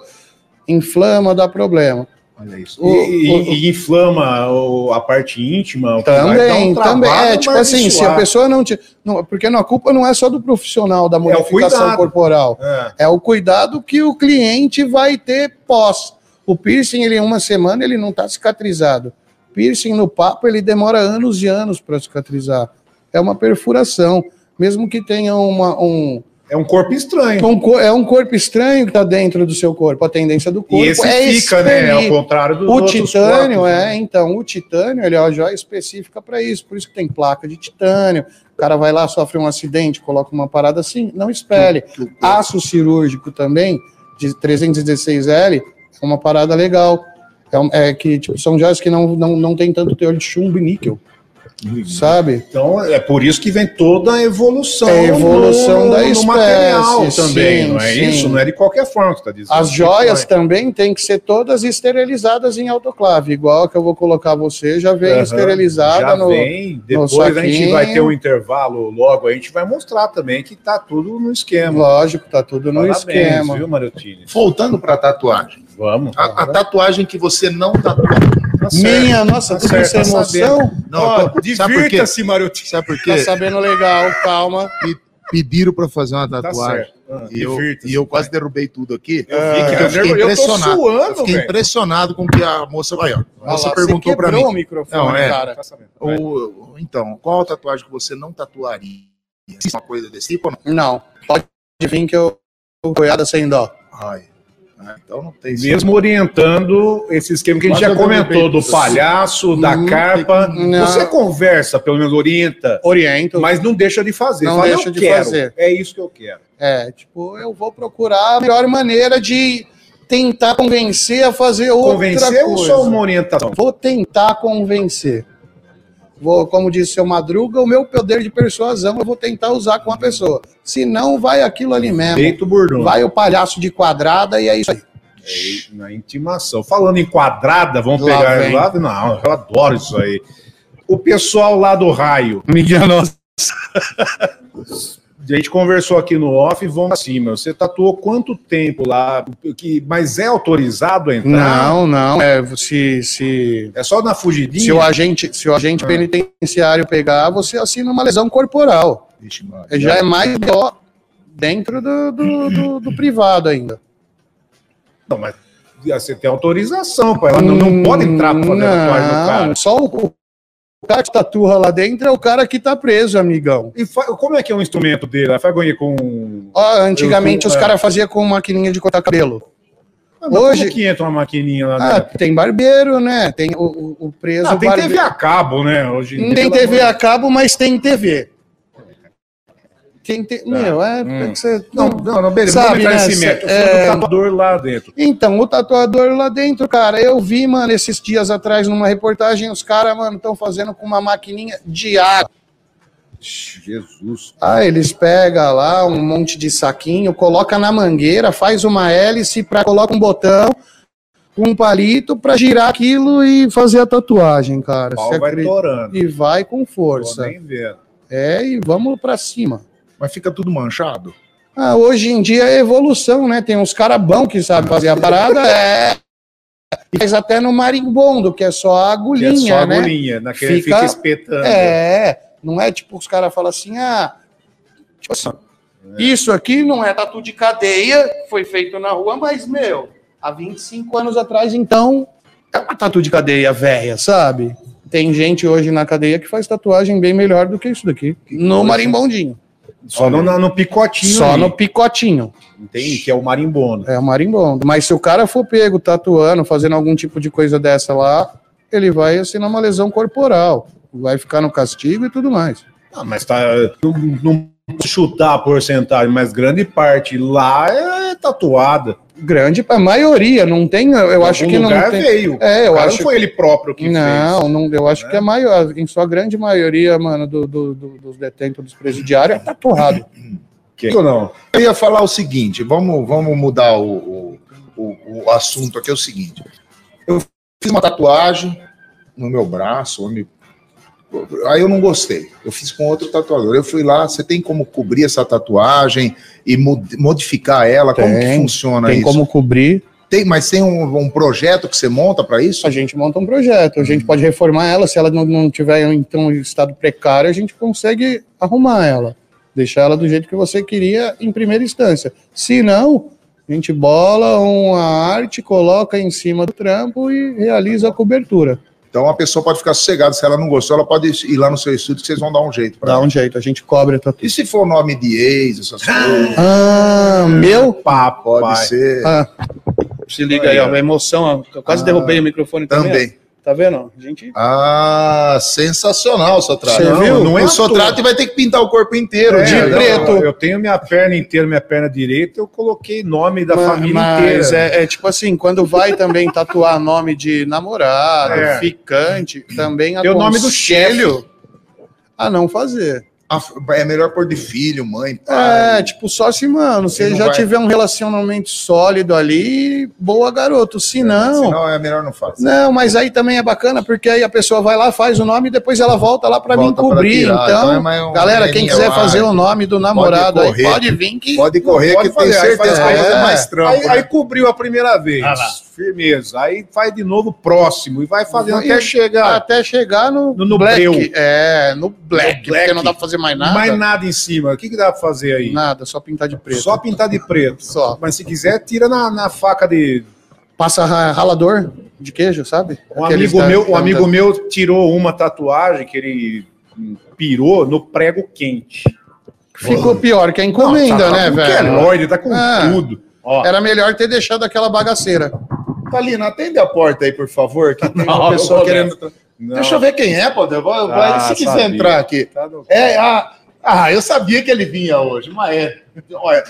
Speaker 6: inflama, dá problema.
Speaker 4: Olha isso.
Speaker 5: E, e- e inflama o- a parte íntima. o que vai dar
Speaker 6: Também,
Speaker 5: um
Speaker 6: também.
Speaker 5: trabalho,
Speaker 6: É, tipo
Speaker 5: mas
Speaker 6: assim,
Speaker 5: isso
Speaker 6: se a
Speaker 5: lá.
Speaker 6: pessoa não te. não- porque não, a culpa não é só do profissional da modificação
Speaker 5: cuidado.
Speaker 6: corporal.
Speaker 5: É.
Speaker 6: É o cuidado que o cliente vai ter pós. O piercing, ele em uma semana, ele não está cicatrizado. Piercing no papo, ele demora anos e anos para cicatrizar. É uma perfuração. Mesmo que tenha uma, um,
Speaker 5: É um corpo estranho.
Speaker 6: um co- É um corpo estranho que está dentro do seu corpo. A tendência do corpo
Speaker 5: e esse
Speaker 6: é
Speaker 5: fica, né?
Speaker 6: expelir.
Speaker 5: Ao contrário do
Speaker 6: O titânio,
Speaker 5: né?
Speaker 6: é, então, o titânio, ele é uma joia específica para isso, por isso que tem placa de titânio, o cara vai lá, sofre um acidente, coloca uma parada assim, não espelhe. Aço cirúrgico também, de 316L, é uma parada legal, é, um- é que tipo, são joias que não, não, não tem tanto teor de chumbo e níquel,
Speaker 5: Uhum.
Speaker 6: sabe?
Speaker 5: Então, é por isso que vem toda a evolução.
Speaker 6: É a evolução da espécie,
Speaker 5: material também,
Speaker 6: sim,
Speaker 5: não é
Speaker 6: sim.
Speaker 5: isso? Não é de qualquer forma que você está dizendo.
Speaker 6: As
Speaker 5: Uhum.
Speaker 6: joias também têm que ser todas esterilizadas em autoclave, igual a que eu vou colocar você, já vem
Speaker 5: Aham,
Speaker 6: esterilizada
Speaker 5: Uhum. já
Speaker 6: no...
Speaker 5: vem, depois a gente
Speaker 6: saquinho.
Speaker 5: vai ter um intervalo logo, a gente vai mostrar também que tá tudo no esquema.
Speaker 6: Lógico, tá tudo no
Speaker 5: Parabéns,
Speaker 6: esquema.
Speaker 5: viu, Marotini?
Speaker 4: Voltando para a tatuagem.
Speaker 5: Vamos.
Speaker 4: A, a tatuagem que você não tatua.
Speaker 5: Tá certo.
Speaker 6: Minha nossa,
Speaker 5: Tá
Speaker 6: tudo isso é
Speaker 5: certo, tá
Speaker 6: emoção.
Speaker 4: Não,
Speaker 5: Ó,
Speaker 4: eu tô- sabe por quê?
Speaker 5: Divirta-se, Marotini.
Speaker 4: Sabe por
Speaker 6: Tá
Speaker 4: quê?
Speaker 6: sabendo legal, calma.
Speaker 4: Pediram para fazer uma
Speaker 5: Tá
Speaker 4: tatuagem.
Speaker 5: certo. Ah,
Speaker 4: E eu,
Speaker 5: divirta-se.
Speaker 4: e eu quase derrubei tudo aqui.
Speaker 5: Eu
Speaker 6: Ah,
Speaker 5: vi que
Speaker 4: Eu
Speaker 5: tá
Speaker 4: fiquei
Speaker 5: nervoso. eu tô
Speaker 4: impressionado. Eu
Speaker 5: suando,
Speaker 4: fiquei
Speaker 5: velho.
Speaker 4: impressionado com o que a moça. Aí, ó, a
Speaker 6: Olha lá,
Speaker 4: moça perguntou para
Speaker 6: quebrou
Speaker 4: mim.
Speaker 6: o microfone,
Speaker 4: Não, é.
Speaker 6: cara.
Speaker 5: Tá sabendo. Vai.
Speaker 4: "O- então, qual a tatuagem que você não tatuaria? Existe Uma coisa desse tipo? ou não?
Speaker 6: Não, pode vir que eu eu goiada sem dó.
Speaker 4: Ai, ah, então não tem
Speaker 5: Mesmo orientando esse esquema que a gente
Speaker 4: Quase
Speaker 5: já
Speaker 4: eu derrubei
Speaker 5: comentou, do
Speaker 4: tudo.
Speaker 5: palhaço, da
Speaker 6: Hum,
Speaker 5: carpa.
Speaker 6: não.
Speaker 5: Você conversa, pelo menos orienta,
Speaker 6: Oriento.
Speaker 5: mas não deixa de fazer.
Speaker 6: Não
Speaker 5: Fala,
Speaker 6: deixa
Speaker 5: eu
Speaker 6: de
Speaker 5: quero.
Speaker 6: fazer.
Speaker 5: É isso que eu quero.
Speaker 6: É, tipo, eu vou procurar a melhor maneira de tentar convencer a fazer outra
Speaker 5: Convencer ou
Speaker 6: coisa.
Speaker 5: só uma orientação?
Speaker 6: Vou tentar convencer. Vou, como disse seu Madruga, o meu poder de persuasão eu vou tentar usar com a pessoa. Se não, vai aquilo ali mesmo.
Speaker 5: Deito burdão.
Speaker 6: Vai o palhaço de quadrada e é isso aí.
Speaker 5: É, Na intimação. Falando em quadrada, vamos
Speaker 6: Lá
Speaker 5: pegar
Speaker 6: vem.
Speaker 5: lá. Não, eu adoro isso aí. O pessoal lá do raio,
Speaker 6: Minha nossa.
Speaker 5: a gente conversou aqui no off, vamos acima. Você tatuou quanto tempo lá? Que, mas é autorizado a entrar?
Speaker 6: Não, não. É, se, se,
Speaker 5: É só na fugidinha?
Speaker 6: se o agente, se o agente
Speaker 5: Ah.
Speaker 6: penitenciário pegar, você assina uma lesão corporal.
Speaker 4: Vixe, mano.
Speaker 6: Já é mais pior dentro do, do, do- do privado ainda.
Speaker 5: Não, mas você tem autorização, pai. Ela não, não
Speaker 6: Hum,
Speaker 5: pode entrar pra fazer tatuagem no
Speaker 6: não,
Speaker 5: cara.
Speaker 6: Só o, o cara que tatua lá dentro é o cara que tá preso, amigão.
Speaker 5: E fa- como é que é o instrumento dele? Ela Faz agonia com. um-
Speaker 6: Ó, antigamente
Speaker 5: Eu-
Speaker 6: os
Speaker 5: é.
Speaker 6: caras faziam com maquininha de cortar cabelo.
Speaker 5: Ah, mas
Speaker 6: hoje-
Speaker 5: Como que entra uma maquininha lá
Speaker 6: Ah,
Speaker 5: dentro?
Speaker 6: tem barbeiro, né? Tem o, o- o preso.
Speaker 5: é. Ah, tem
Speaker 6: barbe-
Speaker 5: TV a cabo, né? Hoje em
Speaker 6: Não
Speaker 5: dia,
Speaker 6: tem
Speaker 5: pelo
Speaker 6: TV
Speaker 5: amor
Speaker 6: a cabo, mas tem TV. Tem te- Meu, é.
Speaker 5: Hum.
Speaker 6: que você-
Speaker 5: de- Não, não, não, beleza.
Speaker 6: Sabe,
Speaker 5: Sabe, vamos entrar
Speaker 6: né,
Speaker 5: nesse
Speaker 6: cê-
Speaker 5: método.
Speaker 6: é-
Speaker 5: Foi do tatuador lá dentro.
Speaker 6: Então, o tatuador lá dentro, cara, eu vi, mano, esses dias atrás numa reportagem, os caras, mano, estão fazendo com uma maquininha de água.
Speaker 5: Jesus.
Speaker 6: Ah, eles pegam lá um monte de saquinho, coloca na mangueira, faz uma hélice, pra, coloca um botão, com um palito pra girar aquilo e fazer a tatuagem, cara.
Speaker 5: O pau
Speaker 6: Você
Speaker 5: vai
Speaker 6: acredita?
Speaker 5: torando.
Speaker 6: E vai com
Speaker 5: Tô
Speaker 6: força.
Speaker 5: nem vendo.
Speaker 6: É, e vamos pra cima.
Speaker 5: Mas fica tudo manchado?
Speaker 6: Ah, hoje em dia é evolução, né? Tem uns caras bons que sabem fazer a parada, é. E faz até no marimbondo, que é só a
Speaker 5: Que
Speaker 6: agulhinha,
Speaker 5: é só
Speaker 6: né?
Speaker 5: agulhinha, né? naquele fica,
Speaker 6: Fica-
Speaker 5: espetando.
Speaker 6: É, não é tipo os caras falam assim, ah, tipo assim, isso aqui não é tatu de cadeia, foi feito na rua, mas meu, há 25 anos atrás, então, é uma tatu de cadeia velha, sabe? Tem gente hoje na cadeia que faz tatuagem bem melhor do que isso daqui, no marimbondinho,
Speaker 5: Só no, no- no picotinho.
Speaker 6: só
Speaker 5: ali,
Speaker 6: no picotinho,
Speaker 5: Entende? Que é o marimbondo.
Speaker 6: é o marimbondo. Mas se o cara for pego tatuando, fazendo algum tipo de coisa dessa lá, ele vai assinar uma lesão corporal, vai ficar no castigo e tudo mais.
Speaker 5: Ah, mas tá. Não, não posso chutar a porcentagem, mas grande parte lá é tatuada.
Speaker 6: Grande, a maioria, não tem, eu
Speaker 5: Em
Speaker 6: acho
Speaker 5: algum
Speaker 6: que não
Speaker 5: lugar
Speaker 6: tem.
Speaker 5: veio.
Speaker 6: É,
Speaker 5: O
Speaker 6: eu
Speaker 5: cara
Speaker 6: acho
Speaker 5: Não foi ele próprio que
Speaker 6: Não, não, eu acho
Speaker 5: Né?
Speaker 6: que a maior, em sua grande maioria, mano, do, do- do- dos detentos, dos presidiários, é tatuado.
Speaker 5: fez. é Ou não?
Speaker 4: Eu ia falar o seguinte, vamos, vamos mudar o, o- o- o assunto aqui, é o seguinte. Eu fiz uma tatuagem no meu braço, eu me- aí eu não gostei. Eu fiz com outro tatuador. Eu fui lá, você tem como cobrir essa tatuagem e mo- modificar ela? como que
Speaker 6: Tem.
Speaker 4: funciona
Speaker 6: Tem
Speaker 4: isso?
Speaker 6: como cobrir.
Speaker 4: Tem, mas tem um, um projeto que você monta para isso?
Speaker 6: A gente monta um projeto, a
Speaker 5: Uhum.
Speaker 6: gente pode reformar ela, se ela não, não tiver então em estado precário, a gente consegue arrumar ela, deixar ela do jeito que você queria em primeira instância. Se não, a gente bola uma arte, coloca em cima do trampo e realiza a cobertura.
Speaker 4: Então a pessoa pode ficar sossegada, se ela não gostou, ela pode ir lá no seu estúdio que vocês vão dar um jeito para
Speaker 6: Dá
Speaker 4: ela.
Speaker 6: um jeito, a gente cobre a tatu.
Speaker 4: E se for nome de ex,
Speaker 6: [laughs]
Speaker 4: essas coisas,
Speaker 6: Ah, meu?
Speaker 5: Papo,
Speaker 4: pode
Speaker 5: pai.
Speaker 4: ser
Speaker 6: Ah. Se liga aí, ó, a emoção, ó, eu quase
Speaker 4: Ah,
Speaker 6: derrubei o microfone também.
Speaker 4: também.
Speaker 6: ó. Tá vendo? Gente,
Speaker 4: Ah, sensacional, Sotrate.
Speaker 6: Você
Speaker 4: Não,
Speaker 6: viu?
Speaker 4: não é
Speaker 5: Matou.
Speaker 4: Sotrate, vai ter que pintar o corpo inteiro
Speaker 5: É,
Speaker 4: de
Speaker 5: não,
Speaker 4: preto.
Speaker 5: Eu tenho minha perna inteira, minha perna direita, eu coloquei nome da
Speaker 6: ma-
Speaker 5: família
Speaker 6: mas
Speaker 5: inteira.
Speaker 6: É, é tipo assim, quando vai também tatuar nome de namorado,
Speaker 5: É.
Speaker 6: ficante, também
Speaker 5: Tem o nome do
Speaker 6: aconselho a não fazer.
Speaker 4: Ah, É melhor pôr de filho, mãe. pai.
Speaker 6: É, tipo, só se, mano,
Speaker 4: Ele
Speaker 6: se
Speaker 4: não
Speaker 6: já
Speaker 4: vai-
Speaker 6: tiver um relacionamento sólido ali, boa garoto, se não...
Speaker 4: Senão é melhor não fazer.
Speaker 6: Não, mas aí também é bacana, porque aí a pessoa vai lá, faz o nome e depois ela volta lá pra mim
Speaker 4: Volta pra
Speaker 6: cobrir.
Speaker 4: tirar.
Speaker 6: então,
Speaker 4: é mais um
Speaker 6: Galera, quem
Speaker 4: menininho
Speaker 6: quiser
Speaker 4: lá,
Speaker 6: fazer o nome do namorado aí,
Speaker 4: correr.
Speaker 6: pode vir que.
Speaker 4: Pode correr,
Speaker 5: Pode
Speaker 4: que
Speaker 5: fazer,
Speaker 4: tem
Speaker 5: aí faz
Speaker 4: certeza
Speaker 5: as
Speaker 4: que vai
Speaker 5: coisas
Speaker 4: fazer
Speaker 6: é.
Speaker 4: mais trampo.
Speaker 5: Aí,
Speaker 4: né?
Speaker 5: aí cobriu a primeira vez.
Speaker 1: Ah lá.
Speaker 5: Firmeza. Aí faz de novo próximo. E vai fazendo
Speaker 6: E-
Speaker 5: até chegar.
Speaker 6: Até chegar no,
Speaker 5: No- no
Speaker 6: black.
Speaker 5: breu.
Speaker 6: É, no black,
Speaker 5: No black.
Speaker 6: porque não dá pra fazer mais nada.
Speaker 5: Mais nada em cima. O que, que dá pra fazer aí?
Speaker 6: Nada, só pintar de preto.
Speaker 5: Só pintar de preto.
Speaker 6: Só.
Speaker 5: Mas se quiser, tira na, na faca de.
Speaker 6: Passa ra- ralador de queijo, sabe?
Speaker 5: Um
Speaker 6: Aqueles
Speaker 5: amigo,
Speaker 6: da-
Speaker 5: meu, um
Speaker 6: da-
Speaker 5: amigo meu tirou uma tatuagem que ele hum, pirou no prego quente.
Speaker 6: Ficou pior que a
Speaker 5: Não,
Speaker 6: encomenda,
Speaker 5: tá-
Speaker 6: né,
Speaker 5: tá com
Speaker 6: velho?
Speaker 5: queloide, tá com
Speaker 6: Ah.
Speaker 4: É.
Speaker 5: tudo. Ó,
Speaker 6: Era melhor ter deixado aquela bagaceira.
Speaker 4: Thalina, atende a porta aí, por favor, que tem
Speaker 5: Não,
Speaker 4: uma pessoa
Speaker 5: não,
Speaker 4: querendo.
Speaker 5: não,
Speaker 4: Deixa eu ver quem é, pode. eu vou- vai,
Speaker 5: Ah,
Speaker 4: se quiser
Speaker 5: sabia.
Speaker 4: entrar aqui.
Speaker 5: tá no-
Speaker 4: É, ah, ah, eu sabia que ele vinha hoje, mas é. Olha,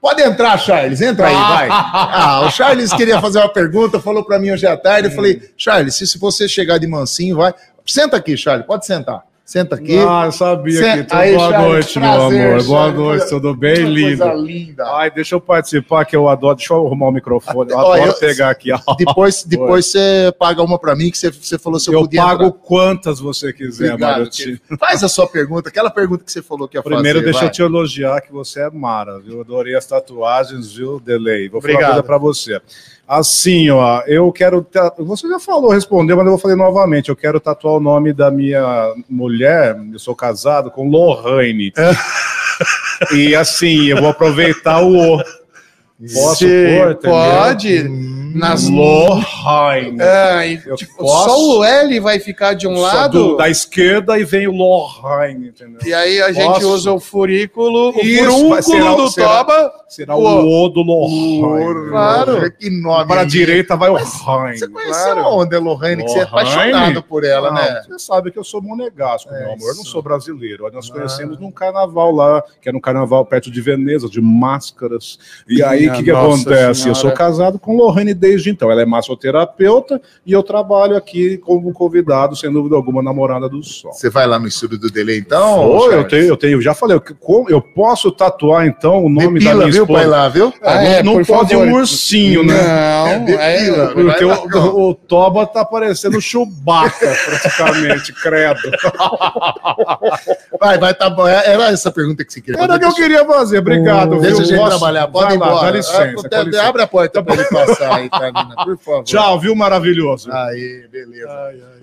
Speaker 4: pode entrar, Charles, entra aí,
Speaker 5: [laughs]
Speaker 4: vai. Ah, o Charles queria fazer uma pergunta, falou pra mim hoje à tarde. Eu falei,
Speaker 5: Hum.
Speaker 4: Charles, se, se você chegar de mansinho, vai. Senta aqui, Charles, pode sentar. Senta aqui.
Speaker 5: Ah, eu sabia
Speaker 4: Cê-
Speaker 5: que. tu-
Speaker 4: aí,
Speaker 5: boa
Speaker 4: Charles,
Speaker 5: noite,
Speaker 4: prazer,
Speaker 5: meu amor. Boa
Speaker 4: Charles.
Speaker 5: noite, tudo bem,
Speaker 4: Que
Speaker 5: lindo? Ah,
Speaker 4: Coisa linda.
Speaker 5: Ai, deixa eu participar que eu adoro. Deixa eu arrumar o microfone. Eu
Speaker 4: Ó,
Speaker 5: adoro
Speaker 4: eu-
Speaker 5: pegar aqui. ó.
Speaker 4: Depois, depois você paga uma pra mim, que você, você falou se eu,
Speaker 5: Eu
Speaker 4: podia
Speaker 5: pago
Speaker 4: entrar.
Speaker 5: quantas você quiser,
Speaker 4: Obrigado,
Speaker 5: Marotinho.
Speaker 4: Faz a sua pergunta, aquela pergunta que você falou que ia
Speaker 5: Primeiro,
Speaker 4: fazer.
Speaker 5: deixa
Speaker 4: vai.
Speaker 5: eu te elogiar que você é mara, viu? Adorei as tatuagens, viu, Delay? Vou falar uma
Speaker 6: Obrigado.
Speaker 5: coisa pra você. Assim, ó, eu quero... ta- Você já falou, respondeu, mas eu vou falar novamente. Eu quero tatuar o nome da minha mulher, eu sou casado, com Lorraine.
Speaker 6: [laughs]
Speaker 5: e assim, eu vou aproveitar o O. Posso
Speaker 6: Se
Speaker 5: pôr, entendeu?
Speaker 6: pode.
Speaker 4: Hum.
Speaker 6: Nas
Speaker 5: Lorraine.
Speaker 6: É, e,
Speaker 5: Hum. Eu
Speaker 6: tipo,
Speaker 5: posso-
Speaker 6: Só o L vai ficar de um
Speaker 5: Só
Speaker 6: lado.
Speaker 5: do- da esquerda e vem o Lorraine, entendeu?
Speaker 6: E aí a gente
Speaker 5: Posso?
Speaker 6: usa o furículo, o
Speaker 5: Isso, vai- será-
Speaker 6: furúnculo do
Speaker 5: será-
Speaker 6: toba.
Speaker 5: Será
Speaker 6: O.
Speaker 5: o O do Lorraine.
Speaker 6: Claro.
Speaker 4: Olha Que nome.
Speaker 5: Para a
Speaker 4: lindo.
Speaker 5: direita vai o Rain.
Speaker 4: Você conheceu onde a Lorraine, que você é
Speaker 5: Lorraine?
Speaker 4: apaixonado por ela, né?
Speaker 5: Você sabe que eu sou monegasco,
Speaker 6: É
Speaker 5: meu amor. Eu não
Speaker 4: isso.
Speaker 5: sou brasileiro. Nós nos
Speaker 6: Ah.
Speaker 5: conhecemos num carnaval lá, que era um carnaval perto de Veneza, de máscaras. E aí, o
Speaker 6: Minha
Speaker 5: que, que
Speaker 6: Nossa
Speaker 5: acontece? Eu
Speaker 6: Senhora.
Speaker 5: sou casado com Lorraine desde então. Ela é massoterapeuta e eu trabalho aqui como convidado, sem dúvida alguma, namorada do sol.
Speaker 4: Você vai lá no estúdio do Dele então?
Speaker 5: Ô, eu
Speaker 4: Charles?
Speaker 5: tenho, eu tenho, já falei, eu, como- eu posso tatuar então o nome da
Speaker 4: Depila,
Speaker 5: minha
Speaker 4: viu,
Speaker 5: esposa?
Speaker 4: pai lá, viu?
Speaker 5: É,
Speaker 6: Ah, é,
Speaker 5: não
Speaker 6: por
Speaker 5: pode
Speaker 6: favor.
Speaker 5: um ursinho, né?
Speaker 6: Não, é,
Speaker 4: Depila, vai
Speaker 5: Porque
Speaker 4: lá,
Speaker 5: o, o Toba tá parecendo Chewbacca, praticamente, credo.
Speaker 4: Vai, vai, tá bom. Era essa a pergunta que você queria
Speaker 5: Era o que eu
Speaker 4: fazer.
Speaker 5: queria fazer, obrigado.
Speaker 4: Deixa
Speaker 5: viu?
Speaker 4: a gente
Speaker 5: Posso-
Speaker 4: trabalhar,
Speaker 5: Vai
Speaker 4: pode ir
Speaker 5: lá,
Speaker 4: embora.
Speaker 5: Dá licença,
Speaker 4: Ah,
Speaker 5: com licença. Tá
Speaker 4: Abre a porta pra ele passar aí, Carmina, por favor. Ah,
Speaker 5: Tchau, viu, maravilhoso.
Speaker 4: Aí, beleza.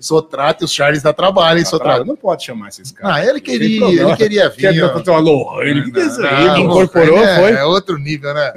Speaker 4: Sotrate, o Charles dá trabalho, hein, Sotrate?
Speaker 5: Não pode chamar esses caras.
Speaker 4: Ah, ele
Speaker 5: Tem
Speaker 4: queria,
Speaker 5: problema.
Speaker 4: ele queria vir.
Speaker 5: Quer
Speaker 4: ó.
Speaker 5: tatuar Lohane? Que desenho.
Speaker 4: Ah,
Speaker 6: Ele
Speaker 4: bom,
Speaker 6: incorporou,
Speaker 4: é,
Speaker 6: foi?
Speaker 4: É outro nível, né?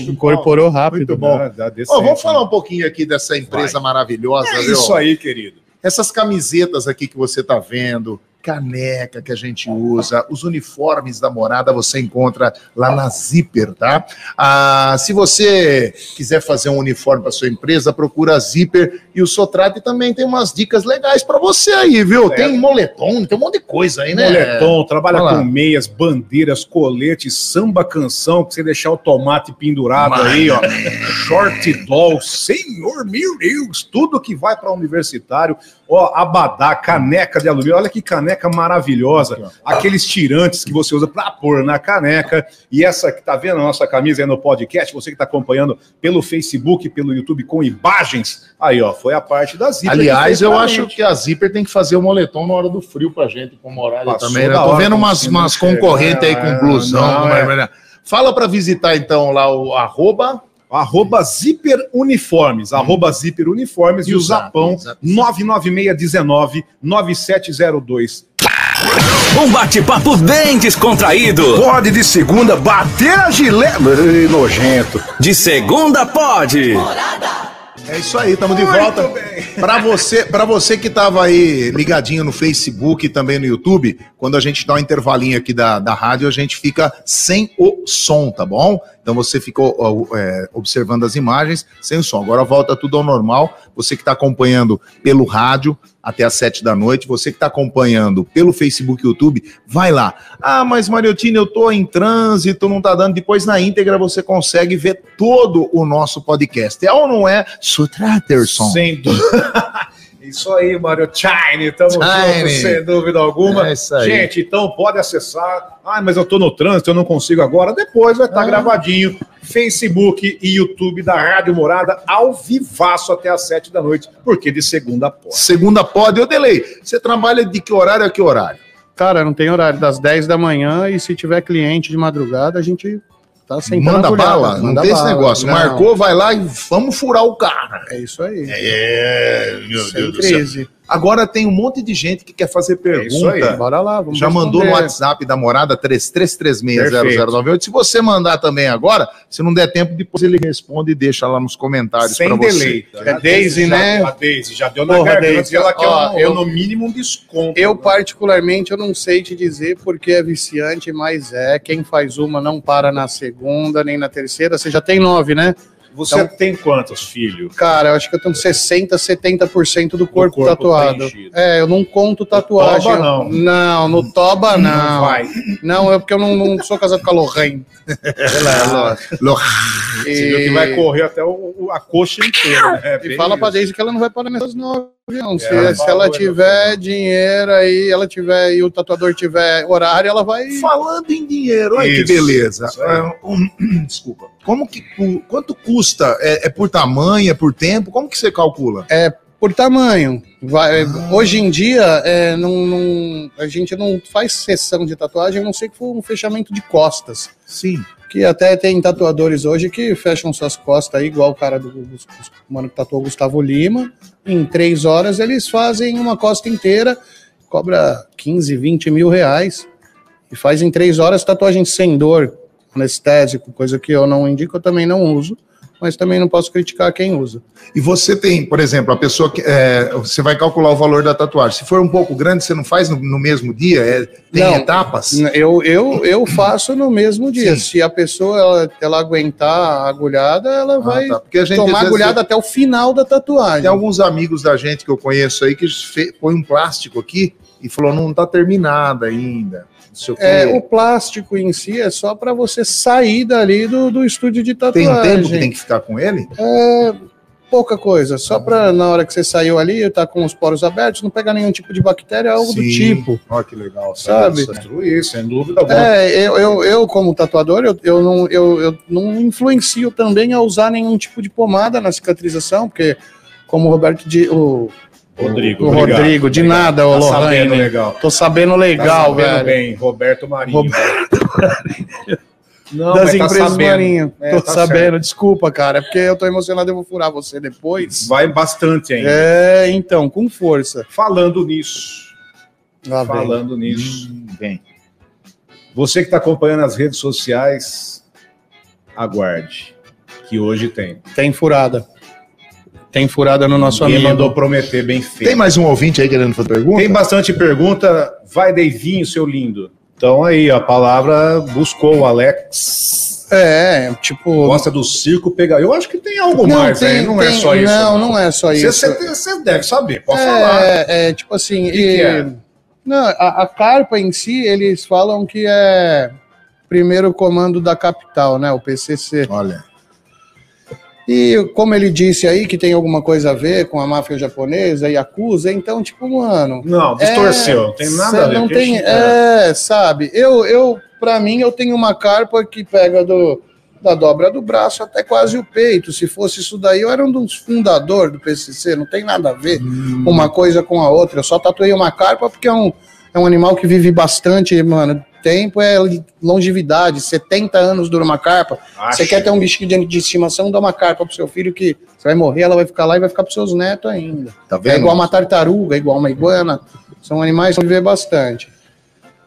Speaker 6: incorporou rápido.
Speaker 5: Muito bom. Dá decência,
Speaker 4: Ó, vamos falar
Speaker 5: né?
Speaker 4: um pouquinho aqui dessa empresa maravilhosa,
Speaker 5: É
Speaker 4: viu?
Speaker 5: isso aí, querido.
Speaker 4: Essas camisetas aqui que você está vendo, caneca que a gente usa, os uniformes da morada você encontra lá na Zipper, tá? Ah, se você quiser fazer um uniforme para sua empresa, procura a Zipper e o Sotrate também tem umas dicas legais para você aí, viu?
Speaker 5: Certo.
Speaker 4: Tem moletom, tem um monte de coisa aí, né?
Speaker 5: Moletom, trabalha
Speaker 4: Vai lá.
Speaker 5: com meias, bandeiras, coletes, samba canção, que você deixar o tomate pendurado
Speaker 4: Mano,
Speaker 5: aí, ó.
Speaker 4: é.
Speaker 5: Short doll, senhor, meu Deus, tudo que vai para universitário, ó, abadá, caneca de alumínio, olha que caneca maravilhosa, aqueles tirantes que você usa para pôr na caneca, e essa que tá vendo a nossa camisa aí no podcast, você que tá acompanhando pelo Facebook, pelo YouTube com imagens, aí, ó, foi a parte da Zipper.
Speaker 4: Aliás, eu acho que a Zipper tem que fazer o moletom na hora do frio pra gente, com morada
Speaker 5: Passou
Speaker 4: também. né?
Speaker 5: da
Speaker 4: Tô
Speaker 5: hora,
Speaker 4: vendo
Speaker 5: não
Speaker 4: umas,
Speaker 5: sei, não
Speaker 4: umas
Speaker 5: chega.
Speaker 4: concorrentes aí
Speaker 5: É,
Speaker 4: com blusão.
Speaker 5: não,
Speaker 4: mas-
Speaker 5: é.
Speaker 4: mas- Fala pra visitar então lá o arroba.
Speaker 5: Arroba Zipper Uniformes, arroba Zipper Uniformes e o
Speaker 4: Exato,
Speaker 5: Zapão
Speaker 4: exato.
Speaker 5: 99619 9702.
Speaker 3: Um bate-papo bem descontraído.
Speaker 5: Pode de segunda bater a gileta. Nojento.
Speaker 3: De segunda pode.
Speaker 4: É isso aí, estamos de
Speaker 5: Muito
Speaker 4: volta.
Speaker 5: bem. [laughs]
Speaker 4: Pra você, para você que tava aí ligadinho no Facebook e também no YouTube, quando a gente dá um intervalinho aqui da, da rádio, a gente fica sem o som, tá bom? Então você ficou ó, é, observando as imagens sem o som. Agora volta tudo ao normal. Você que está acompanhando pelo rádio até às sete da noite, você que está acompanhando pelo Facebook e YouTube, vai lá. Ah, mas Mariotini, eu tô em trânsito, não tá dando. Depois na íntegra você consegue ver todo o nosso podcast. É ou não é? Sutraterson.
Speaker 5: Sem dúvida. [laughs] Isso aí, Mário Chine. Tamo junto,
Speaker 4: Chine.
Speaker 5: sem dúvida alguma.
Speaker 4: É isso aí.
Speaker 5: Gente, então pode acessar. Ah, mas eu tô no trânsito, eu não consigo agora. Depois vai estar
Speaker 4: Ah.
Speaker 5: gravadinho. Facebook e YouTube da Rádio Morada ao vivaço até às sete da noite, porque de segunda a pós.
Speaker 4: Segunda pode, eu delay. Você trabalha de que horário a que horário?
Speaker 6: Cara, não tem horário, das 10 da manhã e se tiver cliente de madrugada, a gente tá sem
Speaker 4: Manda bala, não tem esse negócio. Marcou, vai lá e vamos furar o cara.
Speaker 6: É isso aí.
Speaker 4: É, meu
Speaker 6: sem crise.
Speaker 4: Agora tem um monte de gente que quer fazer
Speaker 5: É isso aí.
Speaker 4: pergunta.
Speaker 6: Bora lá, vamos
Speaker 4: Já mandou no
Speaker 6: responder.
Speaker 4: WhatsApp da morada 33360098. Se você mandar também agora, se não der tempo, depois ele responde e deixa lá nos comentários para
Speaker 5: Sem
Speaker 4: você.
Speaker 5: delay.
Speaker 6: É Daisy, né?
Speaker 5: A Daisy já deu na
Speaker 6: Porra,
Speaker 5: garganta
Speaker 6: Daisy,
Speaker 5: e ela quer
Speaker 6: ó,
Speaker 5: um-
Speaker 6: eu-
Speaker 5: no mínimo um desconto.
Speaker 6: Eu,
Speaker 5: né?
Speaker 6: particularmente, eu não sei te dizer porque é viciante, mas é. Quem faz uma não para na segunda, nem na terceira. Você já tem nove, né?
Speaker 5: Você
Speaker 6: Então-
Speaker 5: tem quantos, filho?
Speaker 6: Cara, eu acho que eu tenho 60%, 70% do corpo,
Speaker 5: corpo
Speaker 6: tatuado.
Speaker 5: preenchido.
Speaker 6: É, eu não conto tatuagem.
Speaker 5: toba, não. Hum.
Speaker 6: Não, no toba não. Não,
Speaker 5: vai.
Speaker 6: é porque eu não, não sou casado com a Lorraine.
Speaker 4: É, Lo-
Speaker 5: [laughs] Você viu que vai correr até o- o- a coxa inteira. né? É
Speaker 6: E
Speaker 5: bem
Speaker 6: fala pra
Speaker 5: isso.
Speaker 6: Daisy que ela não vai parar nessas nove, não. Se,
Speaker 5: ela
Speaker 6: se ela
Speaker 5: falou,
Speaker 6: tiver dinheiro aí, ela tiver e o tatuador tiver horário, ela vai.
Speaker 4: Falando em dinheiro, olha que
Speaker 5: Isso,
Speaker 4: beleza.
Speaker 5: isso aí.
Speaker 4: Ah, um- [clears throat] Desculpa. Como que cu- quanto custa? É, é por tamanho, é por tempo? Como que você calcula? É,
Speaker 6: Por tamanho. Vai- Hoje em dia, é, não- não- a gente não faz sessão de tatuagem, a não sei que for um fechamento de costas.
Speaker 4: Sim.
Speaker 6: Que até tem tatuadores hoje que fecham suas costas aí, igual o cara do Gus- Gus- mano que tatuou o Gustavo Lima. Em três horas eles fazem uma costa inteira, cobra 15, 20 mil reais. E faz em três horas tatuagem sem dor, anestésico, coisa que eu não indico, eu também não uso. Mas também não posso criticar quem usa.
Speaker 4: E você tem, por exemplo, a pessoa que é, você vai calcular o valor da tatuagem. Se for um pouco grande, você não faz no, no mesmo dia? É- tem
Speaker 6: Não.
Speaker 4: etapas?
Speaker 6: Eu, eu, eu faço no mesmo dia. Se a pessoa ela, ela aguentar a agulhada, ela
Speaker 4: Ah,
Speaker 6: vai
Speaker 4: tá. Porque a gente às
Speaker 6: tomar
Speaker 4: vezes,
Speaker 6: agulhada até o final da tatuagem.
Speaker 4: Tem alguns amigos da gente que eu conheço aí que fe- põe um plástico aqui e falou: não tá terminada ainda. Não sei o quê.
Speaker 6: É, o plástico em si é só pra você sair dali do, do estúdio de
Speaker 4: Tem um
Speaker 6: tatuagem.
Speaker 4: tempo que tem Ah. que ficar com ele?
Speaker 6: É pouca coisa. Só pra na hora que você saiu ali, tá com os poros abertos, não pegar nenhum tipo de bactéria, algo do
Speaker 4: Sim.
Speaker 6: tipo.
Speaker 4: Olha que legal,
Speaker 6: Sabe?
Speaker 4: Nossa.
Speaker 5: Destruir, sem dúvida alguma.
Speaker 6: É, eu, eu, eu, como tatuador, eu, eu, não, eu, eu não influencio também a usar nenhum tipo de pomada na cicatrização, porque como o Roberto de, o,
Speaker 5: Rodrigo,
Speaker 6: o
Speaker 5: obrigado.
Speaker 6: Rodrigo, de
Speaker 5: Obrigado.
Speaker 6: nada, o
Speaker 5: Tá sabendo
Speaker 6: Lohane.
Speaker 5: legal.
Speaker 6: Tô sabendo
Speaker 5: Tá
Speaker 6: legal,
Speaker 5: sabendo
Speaker 6: velho.
Speaker 5: bem, Roberto Marinho. Não,
Speaker 6: das
Speaker 5: mas tá
Speaker 6: empresas
Speaker 5: sabendo.
Speaker 6: Marinho.
Speaker 5: É,
Speaker 6: tô
Speaker 5: tá
Speaker 6: sabendo, desculpa, cara, é porque eu tô emocionado, eu vou furar você depois.
Speaker 5: Vai bastante ainda.
Speaker 6: É, então, com força.
Speaker 5: Falando nisso,
Speaker 6: Lá vem.
Speaker 5: falando nisso.
Speaker 4: Bem.
Speaker 5: Hum, Você que está acompanhando as redes sociais, aguarde, que hoje tem.
Speaker 6: Tem furada. Tem furada no nosso
Speaker 5: Quem
Speaker 6: amigo.
Speaker 5: mandou prometer bem
Speaker 4: Tem
Speaker 5: feito.
Speaker 4: mais um ouvinte aí querendo fazer pergunta?
Speaker 5: Tem bastante pergunta. Vai, Deivinho, seu lindo. Então aí, ó, a palavra buscou o Alex.
Speaker 6: É, tipo.
Speaker 5: Gosta do circo pegar. Eu acho que tem algo mais, né? Não é
Speaker 6: tem-
Speaker 5: só isso.
Speaker 6: Não, não é só isso.
Speaker 5: Você, você deve saber, pode falar.
Speaker 6: É, é, tipo assim,
Speaker 5: Que que
Speaker 6: e-
Speaker 5: é?
Speaker 6: não, a, a carpa em si, eles falam que é primeiro comando da capital, né? O PCC.
Speaker 4: Olha.
Speaker 6: E como ele disse aí que tem alguma coisa a ver com a máfia japonesa e acusa, então, tipo, mano.
Speaker 5: Não, distorceu. não tem nada
Speaker 6: É, cê
Speaker 5: a ver.
Speaker 6: Não
Speaker 5: porque
Speaker 6: tem,
Speaker 5: a gente-
Speaker 6: é, sabe? Eu, eu, pra mim, eu tenho uma carpa que pega do, da dobra do braço até quase o peito. Se fosse isso daí, eu era um dos fundadores do PCC. Não tem nada a ver
Speaker 5: Hum.
Speaker 6: uma coisa com a outra. Eu só tatuei uma carpa porque é um, é um animal que vive bastante, mano. Tempo é longevidade. 70 anos dura uma carpa.
Speaker 5: Acho.
Speaker 6: Você quer ter um bichinho de, de estimação, dá uma carpa pro seu filho que você vai morrer, ela vai ficar lá e vai ficar pros seus netos ainda.
Speaker 4: Tá
Speaker 6: É
Speaker 4: vendo?
Speaker 6: igual uma tartaruga, é igual uma iguana. São animais que vivem bastante.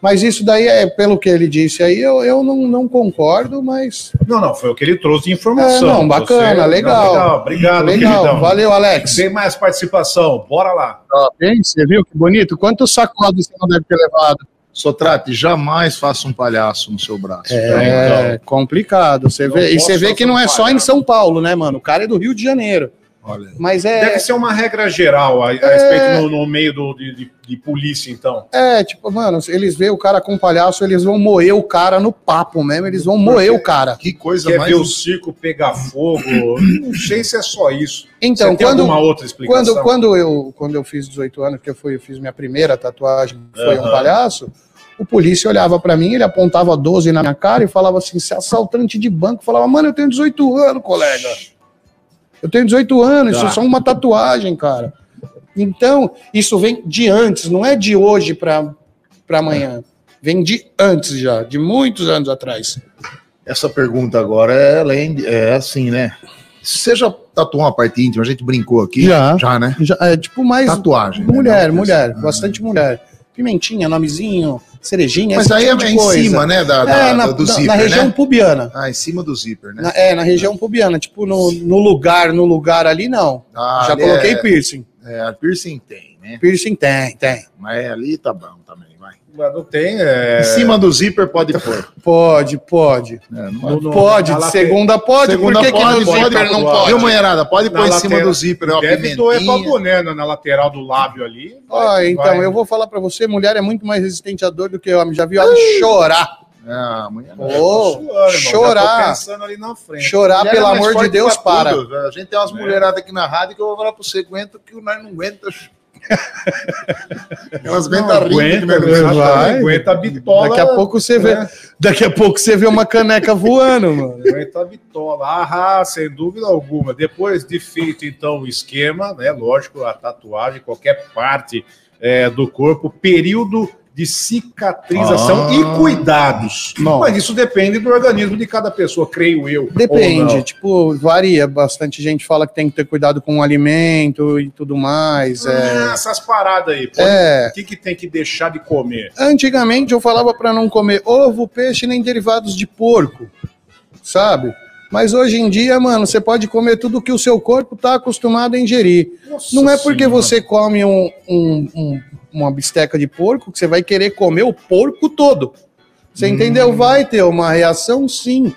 Speaker 6: Mas isso daí é pelo que ele disse aí, eu, eu não, não concordo, mas.
Speaker 5: Não, não, foi o que ele trouxe de informação.
Speaker 6: É, não, bacana,
Speaker 5: Não,
Speaker 6: legal.
Speaker 5: Obrigado,
Speaker 6: legal.
Speaker 5: queridão.
Speaker 6: Valeu, Alex.
Speaker 5: Sem mais participação, bora lá.
Speaker 6: Você viu que bonito? Quantos sacodes você não deve ter levado?
Speaker 4: Sotrate, jamais faça um palhaço no seu braço.
Speaker 5: Então,
Speaker 6: É complicado. Você
Speaker 5: Não
Speaker 6: vê, e
Speaker 5: posso
Speaker 6: você vê que não é só em
Speaker 5: atrapalhar.
Speaker 6: São Paulo, né, mano? O cara é do Rio de Janeiro.
Speaker 4: Olha.
Speaker 6: Mas é.
Speaker 5: Deve ser uma regra geral a, a respeito no, no meio do, de, de- de polícia, então.
Speaker 6: É, tipo, mano, eles veem o cara com palhaço, eles vão moer o cara no papo mesmo, eles vão moer o cara.
Speaker 4: Que coisa
Speaker 5: Quer
Speaker 4: mais. um
Speaker 5: ver o circo pegar
Speaker 6: [coughs]
Speaker 5: fogo? não sei se é só isso. Você
Speaker 6: Então,
Speaker 5: tem
Speaker 6: quando,
Speaker 5: alguma outra explicação?
Speaker 6: quando, quando, eu, quando eu fiz 18 anos, que eu, fui, eu fiz minha primeira tatuagem, que foi um
Speaker 5: Aham.
Speaker 6: palhaço, o polícia olhava pra mim, ele apontava 12 na minha cara e falava assim, se assaltante de banco, falava, mano, eu tenho 18 anos, colega. Eu tenho 18 anos,
Speaker 5: Tá.
Speaker 6: isso é só uma tatuagem, cara. Então, isso vem de antes, não é de hoje pra pra amanhã. Vem de antes já, de muitos anos atrás.
Speaker 4: Essa pergunta agora é, ela é, é assim, né? Você já tatuou uma parte íntima? A gente brincou aqui.
Speaker 6: Já.
Speaker 4: Já, né?
Speaker 6: Já, é tipo mais
Speaker 4: Tatuagem. né?
Speaker 6: mulher,
Speaker 4: Não,
Speaker 6: mulher,
Speaker 4: essa-
Speaker 6: bastante mulher. Pimentinha, nomezinho, cerejinha,
Speaker 4: Mas
Speaker 6: esse
Speaker 4: aí é
Speaker 6: tipo de
Speaker 4: em
Speaker 6: coisa.
Speaker 4: cima, né? Da, da-
Speaker 6: é, na,
Speaker 4: do
Speaker 6: na-
Speaker 4: zíper,
Speaker 6: na região
Speaker 4: né?
Speaker 6: pubiana.
Speaker 4: Ah, em cima do zíper, né?
Speaker 6: Na- é, na região pubiana, tipo no, no lugar, no lugar ali não.
Speaker 4: Ah,
Speaker 6: Já
Speaker 4: ali
Speaker 6: coloquei
Speaker 4: É,
Speaker 6: piercing.
Speaker 4: é, a piercing tem, né?
Speaker 6: Piercing tem, tem.
Speaker 4: Mas ali tá bom também, vai.
Speaker 5: Mas não tem. é,
Speaker 4: Em cima do zíper pode
Speaker 6: [laughs]
Speaker 4: pôr.
Speaker 6: Pode, pode.
Speaker 4: É, não
Speaker 5: no- no-
Speaker 6: Pode,
Speaker 5: na
Speaker 6: de
Speaker 5: late-
Speaker 6: segunda pode,
Speaker 4: Segunda
Speaker 6: por que, que no
Speaker 4: pode, pode,
Speaker 6: zíper não
Speaker 5: tatuar.
Speaker 6: pode?
Speaker 4: Viu, mulherada? Pode
Speaker 5: Na
Speaker 4: pôr em cima
Speaker 5: lateral.
Speaker 4: do zíper,
Speaker 6: é
Speaker 4: ó,
Speaker 5: Deve doer pra
Speaker 4: pimentinha.
Speaker 5: boné na, na lateral do lábio ali.
Speaker 6: Ó, então,
Speaker 5: Vai.
Speaker 6: eu vou falar pra você, mulher é muito mais resistente à dor do que homem. Já vi homem chorar.
Speaker 4: Ah, mulher.
Speaker 6: Ô,
Speaker 5: Tô suando, irmão, já tô
Speaker 6: chorar.
Speaker 5: pensando ali na frente.
Speaker 6: Chorar,
Speaker 4: Mulher é
Speaker 6: pelo
Speaker 4: mais
Speaker 6: amor de
Speaker 4: forte
Speaker 6: Deus,
Speaker 4: pra
Speaker 6: para. É.
Speaker 4: tudo. A gente tem umas mulheradas aqui na rádio que eu vou falar pro você, aguenta o que nós não
Speaker 6: [laughs]
Speaker 4: aguenta. Elas vêm da
Speaker 5: Aguenta,
Speaker 4: né?
Speaker 5: aguenta,
Speaker 6: Vai.
Speaker 5: aguenta a bitola.
Speaker 6: Daqui a pouco você vê,
Speaker 5: né?
Speaker 6: daqui a pouco você vê uma caneca voando, mano.
Speaker 5: Aguenta a bitola. tá Ah, sem dúvida alguma. Depois de feito, então, o esquema, né? Lógico, a tatuagem, qualquer parte eh, do corpo, período de cicatrização
Speaker 4: Ah.
Speaker 5: e cuidados.
Speaker 6: Bom.
Speaker 5: Mas isso depende do organismo de cada pessoa, creio eu. ou
Speaker 6: Depende,
Speaker 5: não.
Speaker 6: tipo, varia. Bastante gente fala que tem que ter cuidado com o alimento e tudo mais. É,
Speaker 5: Ah, Essas paradas aí. pô.
Speaker 6: é.
Speaker 5: O que, que tem que deixar de comer?
Speaker 6: Antigamente eu falava pra não comer ovo, peixe nem derivados de porco, sabe? Mas hoje em dia, mano, você pode comer tudo que o seu corpo tá acostumado a ingerir. Não é porque você come um- um- um- uma bisteca de porco que você vai querer comer o porco todo. Você entendeu? Vai ter uma reação, sim.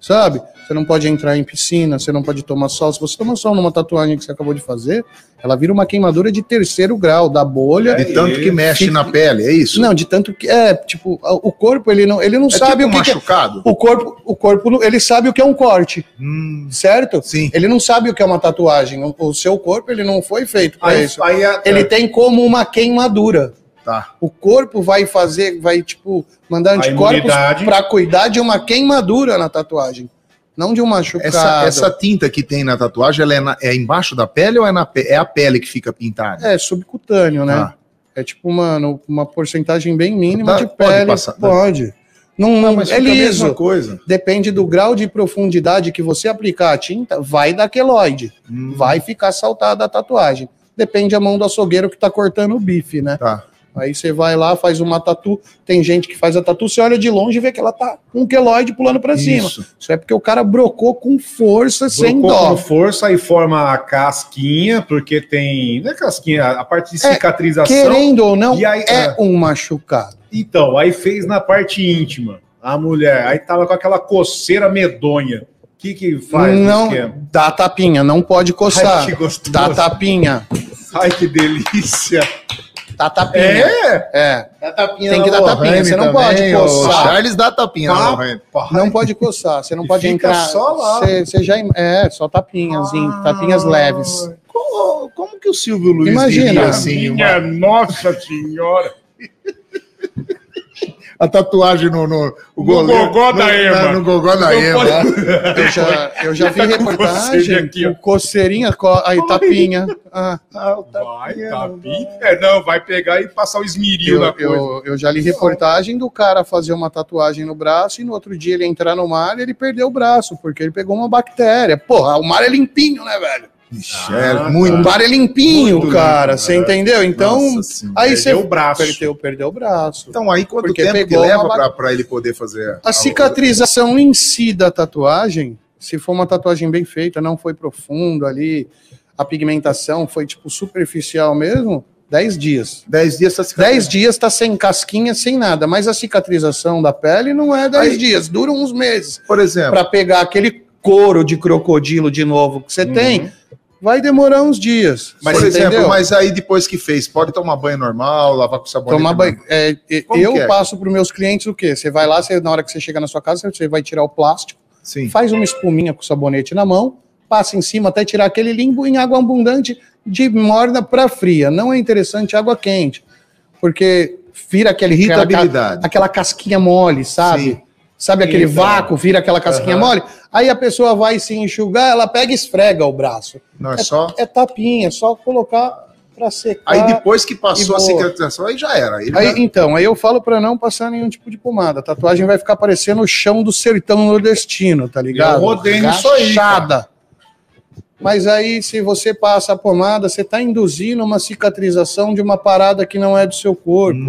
Speaker 6: sabe? Você não pode entrar em piscina, você não pode tomar sol. Se você tomar sol numa tatuagem que você acabou de fazer, ela vira uma queimadura de terceiro grau, da bolha.
Speaker 4: De tanto que mexe na pele, é isso?
Speaker 6: Não, de tanto que é, tipo, a- o corpo ele não, ele não
Speaker 4: é
Speaker 6: sabe
Speaker 4: tipo
Speaker 6: o que, que é.
Speaker 4: machucado?
Speaker 6: O corpo, o corpo, não- ele sabe o que é um corte,
Speaker 4: Hum,
Speaker 6: certo?
Speaker 4: sim.
Speaker 6: Ele não sabe o que é uma tatuagem. O, o seu corpo ele não foi feito para
Speaker 4: Aí,
Speaker 6: isso.
Speaker 4: aí a-
Speaker 5: é,
Speaker 6: Ele tem como uma queimadura.
Speaker 4: Tá.
Speaker 6: O corpo vai fazer, vai tipo mandar
Speaker 5: A
Speaker 6: anticorpos
Speaker 5: imunidade.
Speaker 6: para cuidar de uma queimadura na tatuagem, não de um machucado.
Speaker 4: Essa, essa tinta que tem na tatuagem, ela é, na- é embaixo da pele ou é, na, pe- é a pele que fica pintada?
Speaker 6: É subcutâneo, né?
Speaker 4: Ah.
Speaker 6: É tipo, mano, uma porcentagem bem mínima
Speaker 4: Dá-
Speaker 6: de
Speaker 4: pode
Speaker 6: pele.
Speaker 4: passar, dá.
Speaker 6: Pode. Não, não, é
Speaker 4: fica a mesma
Speaker 6: liso.
Speaker 4: coisa.
Speaker 6: Depende do grau de profundidade que você aplicar a tinta, vai dar queloide,
Speaker 4: Hum,
Speaker 6: vai ficar saltada a tatuagem. Depende a mão do açougueiro que tá cortando o bife, né?
Speaker 4: Tá.
Speaker 6: Aí você vai lá, faz uma tatu. Tem gente que faz a tatu, você olha de longe e vê que ela tá com um queloide pulando pra cima.
Speaker 4: Isso.
Speaker 6: Isso é porque o cara brocou com força, sem
Speaker 5: Colocou
Speaker 6: dó.
Speaker 5: com força e forma a casquinha, porque tem. Não é casquinha, a parte de
Speaker 6: É,
Speaker 5: cicatrização.
Speaker 6: Querendo ou não,
Speaker 5: E aí-
Speaker 6: é um machucado.
Speaker 5: Então, aí fez na parte íntima. A mulher, aí tava com aquela coceira medonha. O que que faz no
Speaker 6: não
Speaker 5: esquema?
Speaker 6: dá tapinha, não pode coçar.
Speaker 5: Ai, que gostoso.
Speaker 6: Dá tapinha,
Speaker 5: Ai, que delícia.
Speaker 6: dá tapinha.
Speaker 5: É?
Speaker 6: É.
Speaker 4: Dá é tapinha
Speaker 6: Tem que
Speaker 4: na
Speaker 6: dar tapinha,
Speaker 4: Lohane
Speaker 6: você não
Speaker 4: também,
Speaker 6: pode
Speaker 4: ô,
Speaker 6: coçar.
Speaker 4: Charles dá tapinha na
Speaker 5: Ah,
Speaker 4: Lohane.
Speaker 6: Não pode coçar, você não
Speaker 5: E
Speaker 6: pode
Speaker 5: fica
Speaker 6: entrar.
Speaker 5: só lá.
Speaker 6: Você, você já im- é só tapinhas, hein, tapinhas leves.
Speaker 4: Como, como que o Silvio Luiz
Speaker 6: Imagina.
Speaker 4: diria assim? uma-
Speaker 5: nossa senhora.
Speaker 4: a tatuagem no, no, o
Speaker 5: No
Speaker 4: goleiro-
Speaker 5: gogó da
Speaker 4: no-
Speaker 5: Ema.
Speaker 4: na- No gogó da
Speaker 5: Não
Speaker 4: Ema. né?
Speaker 6: Eu já, eu já vi
Speaker 5: Tá com
Speaker 6: reportagem
Speaker 5: coceirinha aqui, ó.
Speaker 6: com coceirinha, co- aí tapinha. Ah,
Speaker 5: Vai, tapinha. É, não, vai pegar e passar o esmeril na
Speaker 6: eu,
Speaker 5: coisa.
Speaker 6: eu, eu já li reportagem do cara fazer uma tatuagem no braço e no outro dia ele entrar no mar e ele perdeu o braço, porque ele pegou uma bactéria. Porra, o mar é limpinho, né, velho?
Speaker 4: Ixi, é
Speaker 5: Ah,
Speaker 4: muito.
Speaker 6: O mar é limpinho,
Speaker 4: Muito
Speaker 6: cara.
Speaker 4: limpo,
Speaker 6: Você
Speaker 4: é.
Speaker 5: né?
Speaker 6: entendeu? Então,
Speaker 4: Nossa Senhora.
Speaker 6: aí você
Speaker 5: Perdeu o braço.
Speaker 6: perdeu, perdeu o braço.
Speaker 4: Então, aí quanto
Speaker 6: Porque
Speaker 4: tempo que
Speaker 6: pegou
Speaker 4: leva
Speaker 6: uma
Speaker 4: pra, pra ele poder fazer?
Speaker 6: A cicatrização em si da tatuagem, se for uma tatuagem bem feita, não foi profundo ali, a pigmentação foi tipo superficial mesmo, 10 dias.
Speaker 4: Dez dias essa cicatriz.
Speaker 6: 10 dias tá sem casquinha, sem nada, mas a cicatrização da pele não é 10
Speaker 4: Aí- É.
Speaker 6: dias, dura uns meses.
Speaker 4: Por exemplo,
Speaker 6: Pra pegar aquele couro de crocodilo de novo que você tem, vai demorar uns dias.
Speaker 4: Uhum. mas, por
Speaker 6: você
Speaker 4: exemplo,
Speaker 6: entendeu?
Speaker 4: mas aí depois que fez, pode tomar banho normal, lavar com sabonete.
Speaker 6: Tomar banho. É, e-
Speaker 4: Como
Speaker 6: eu
Speaker 4: que é?
Speaker 6: passo para os meus clientes o quê? Você vai lá, você, na hora que você chega na sua casa, você vai tirar o plástico,
Speaker 4: Sim.
Speaker 6: faz uma espuminha com sabonete na mão, passa em cima até tirar aquele limbo em água abundante de morna para fria. Não é interessante água quente, porque vira aquele aquela, ca-
Speaker 4: Irritabilidade.
Speaker 6: aquela casquinha mole, sabe?
Speaker 4: Sim.
Speaker 6: Sabe aquele
Speaker 5: Então.
Speaker 6: vácuo, vira aquela casquinha
Speaker 5: Aham.
Speaker 6: mole? Aí a pessoa vai se enxugar, ela pega e esfrega o braço.
Speaker 4: Não é só.
Speaker 6: É tapinha, é só colocar para secar.
Speaker 4: Aí depois que passou
Speaker 6: Ah, e
Speaker 4: a
Speaker 6: boa.
Speaker 4: cicatrização, aí já era. Aí ele
Speaker 6: Aí,
Speaker 4: já-
Speaker 6: então, aí eu falo pra não passar nenhum tipo de pomada. A tatuagem vai ficar parecendo o chão do sertão nordestino, tá ligado?
Speaker 5: Eu rodei nisso aí,
Speaker 6: Rachada. Mas aí, se você passa a pomada, você tá induzindo uma cicatrização de uma parada que não é do seu corpo.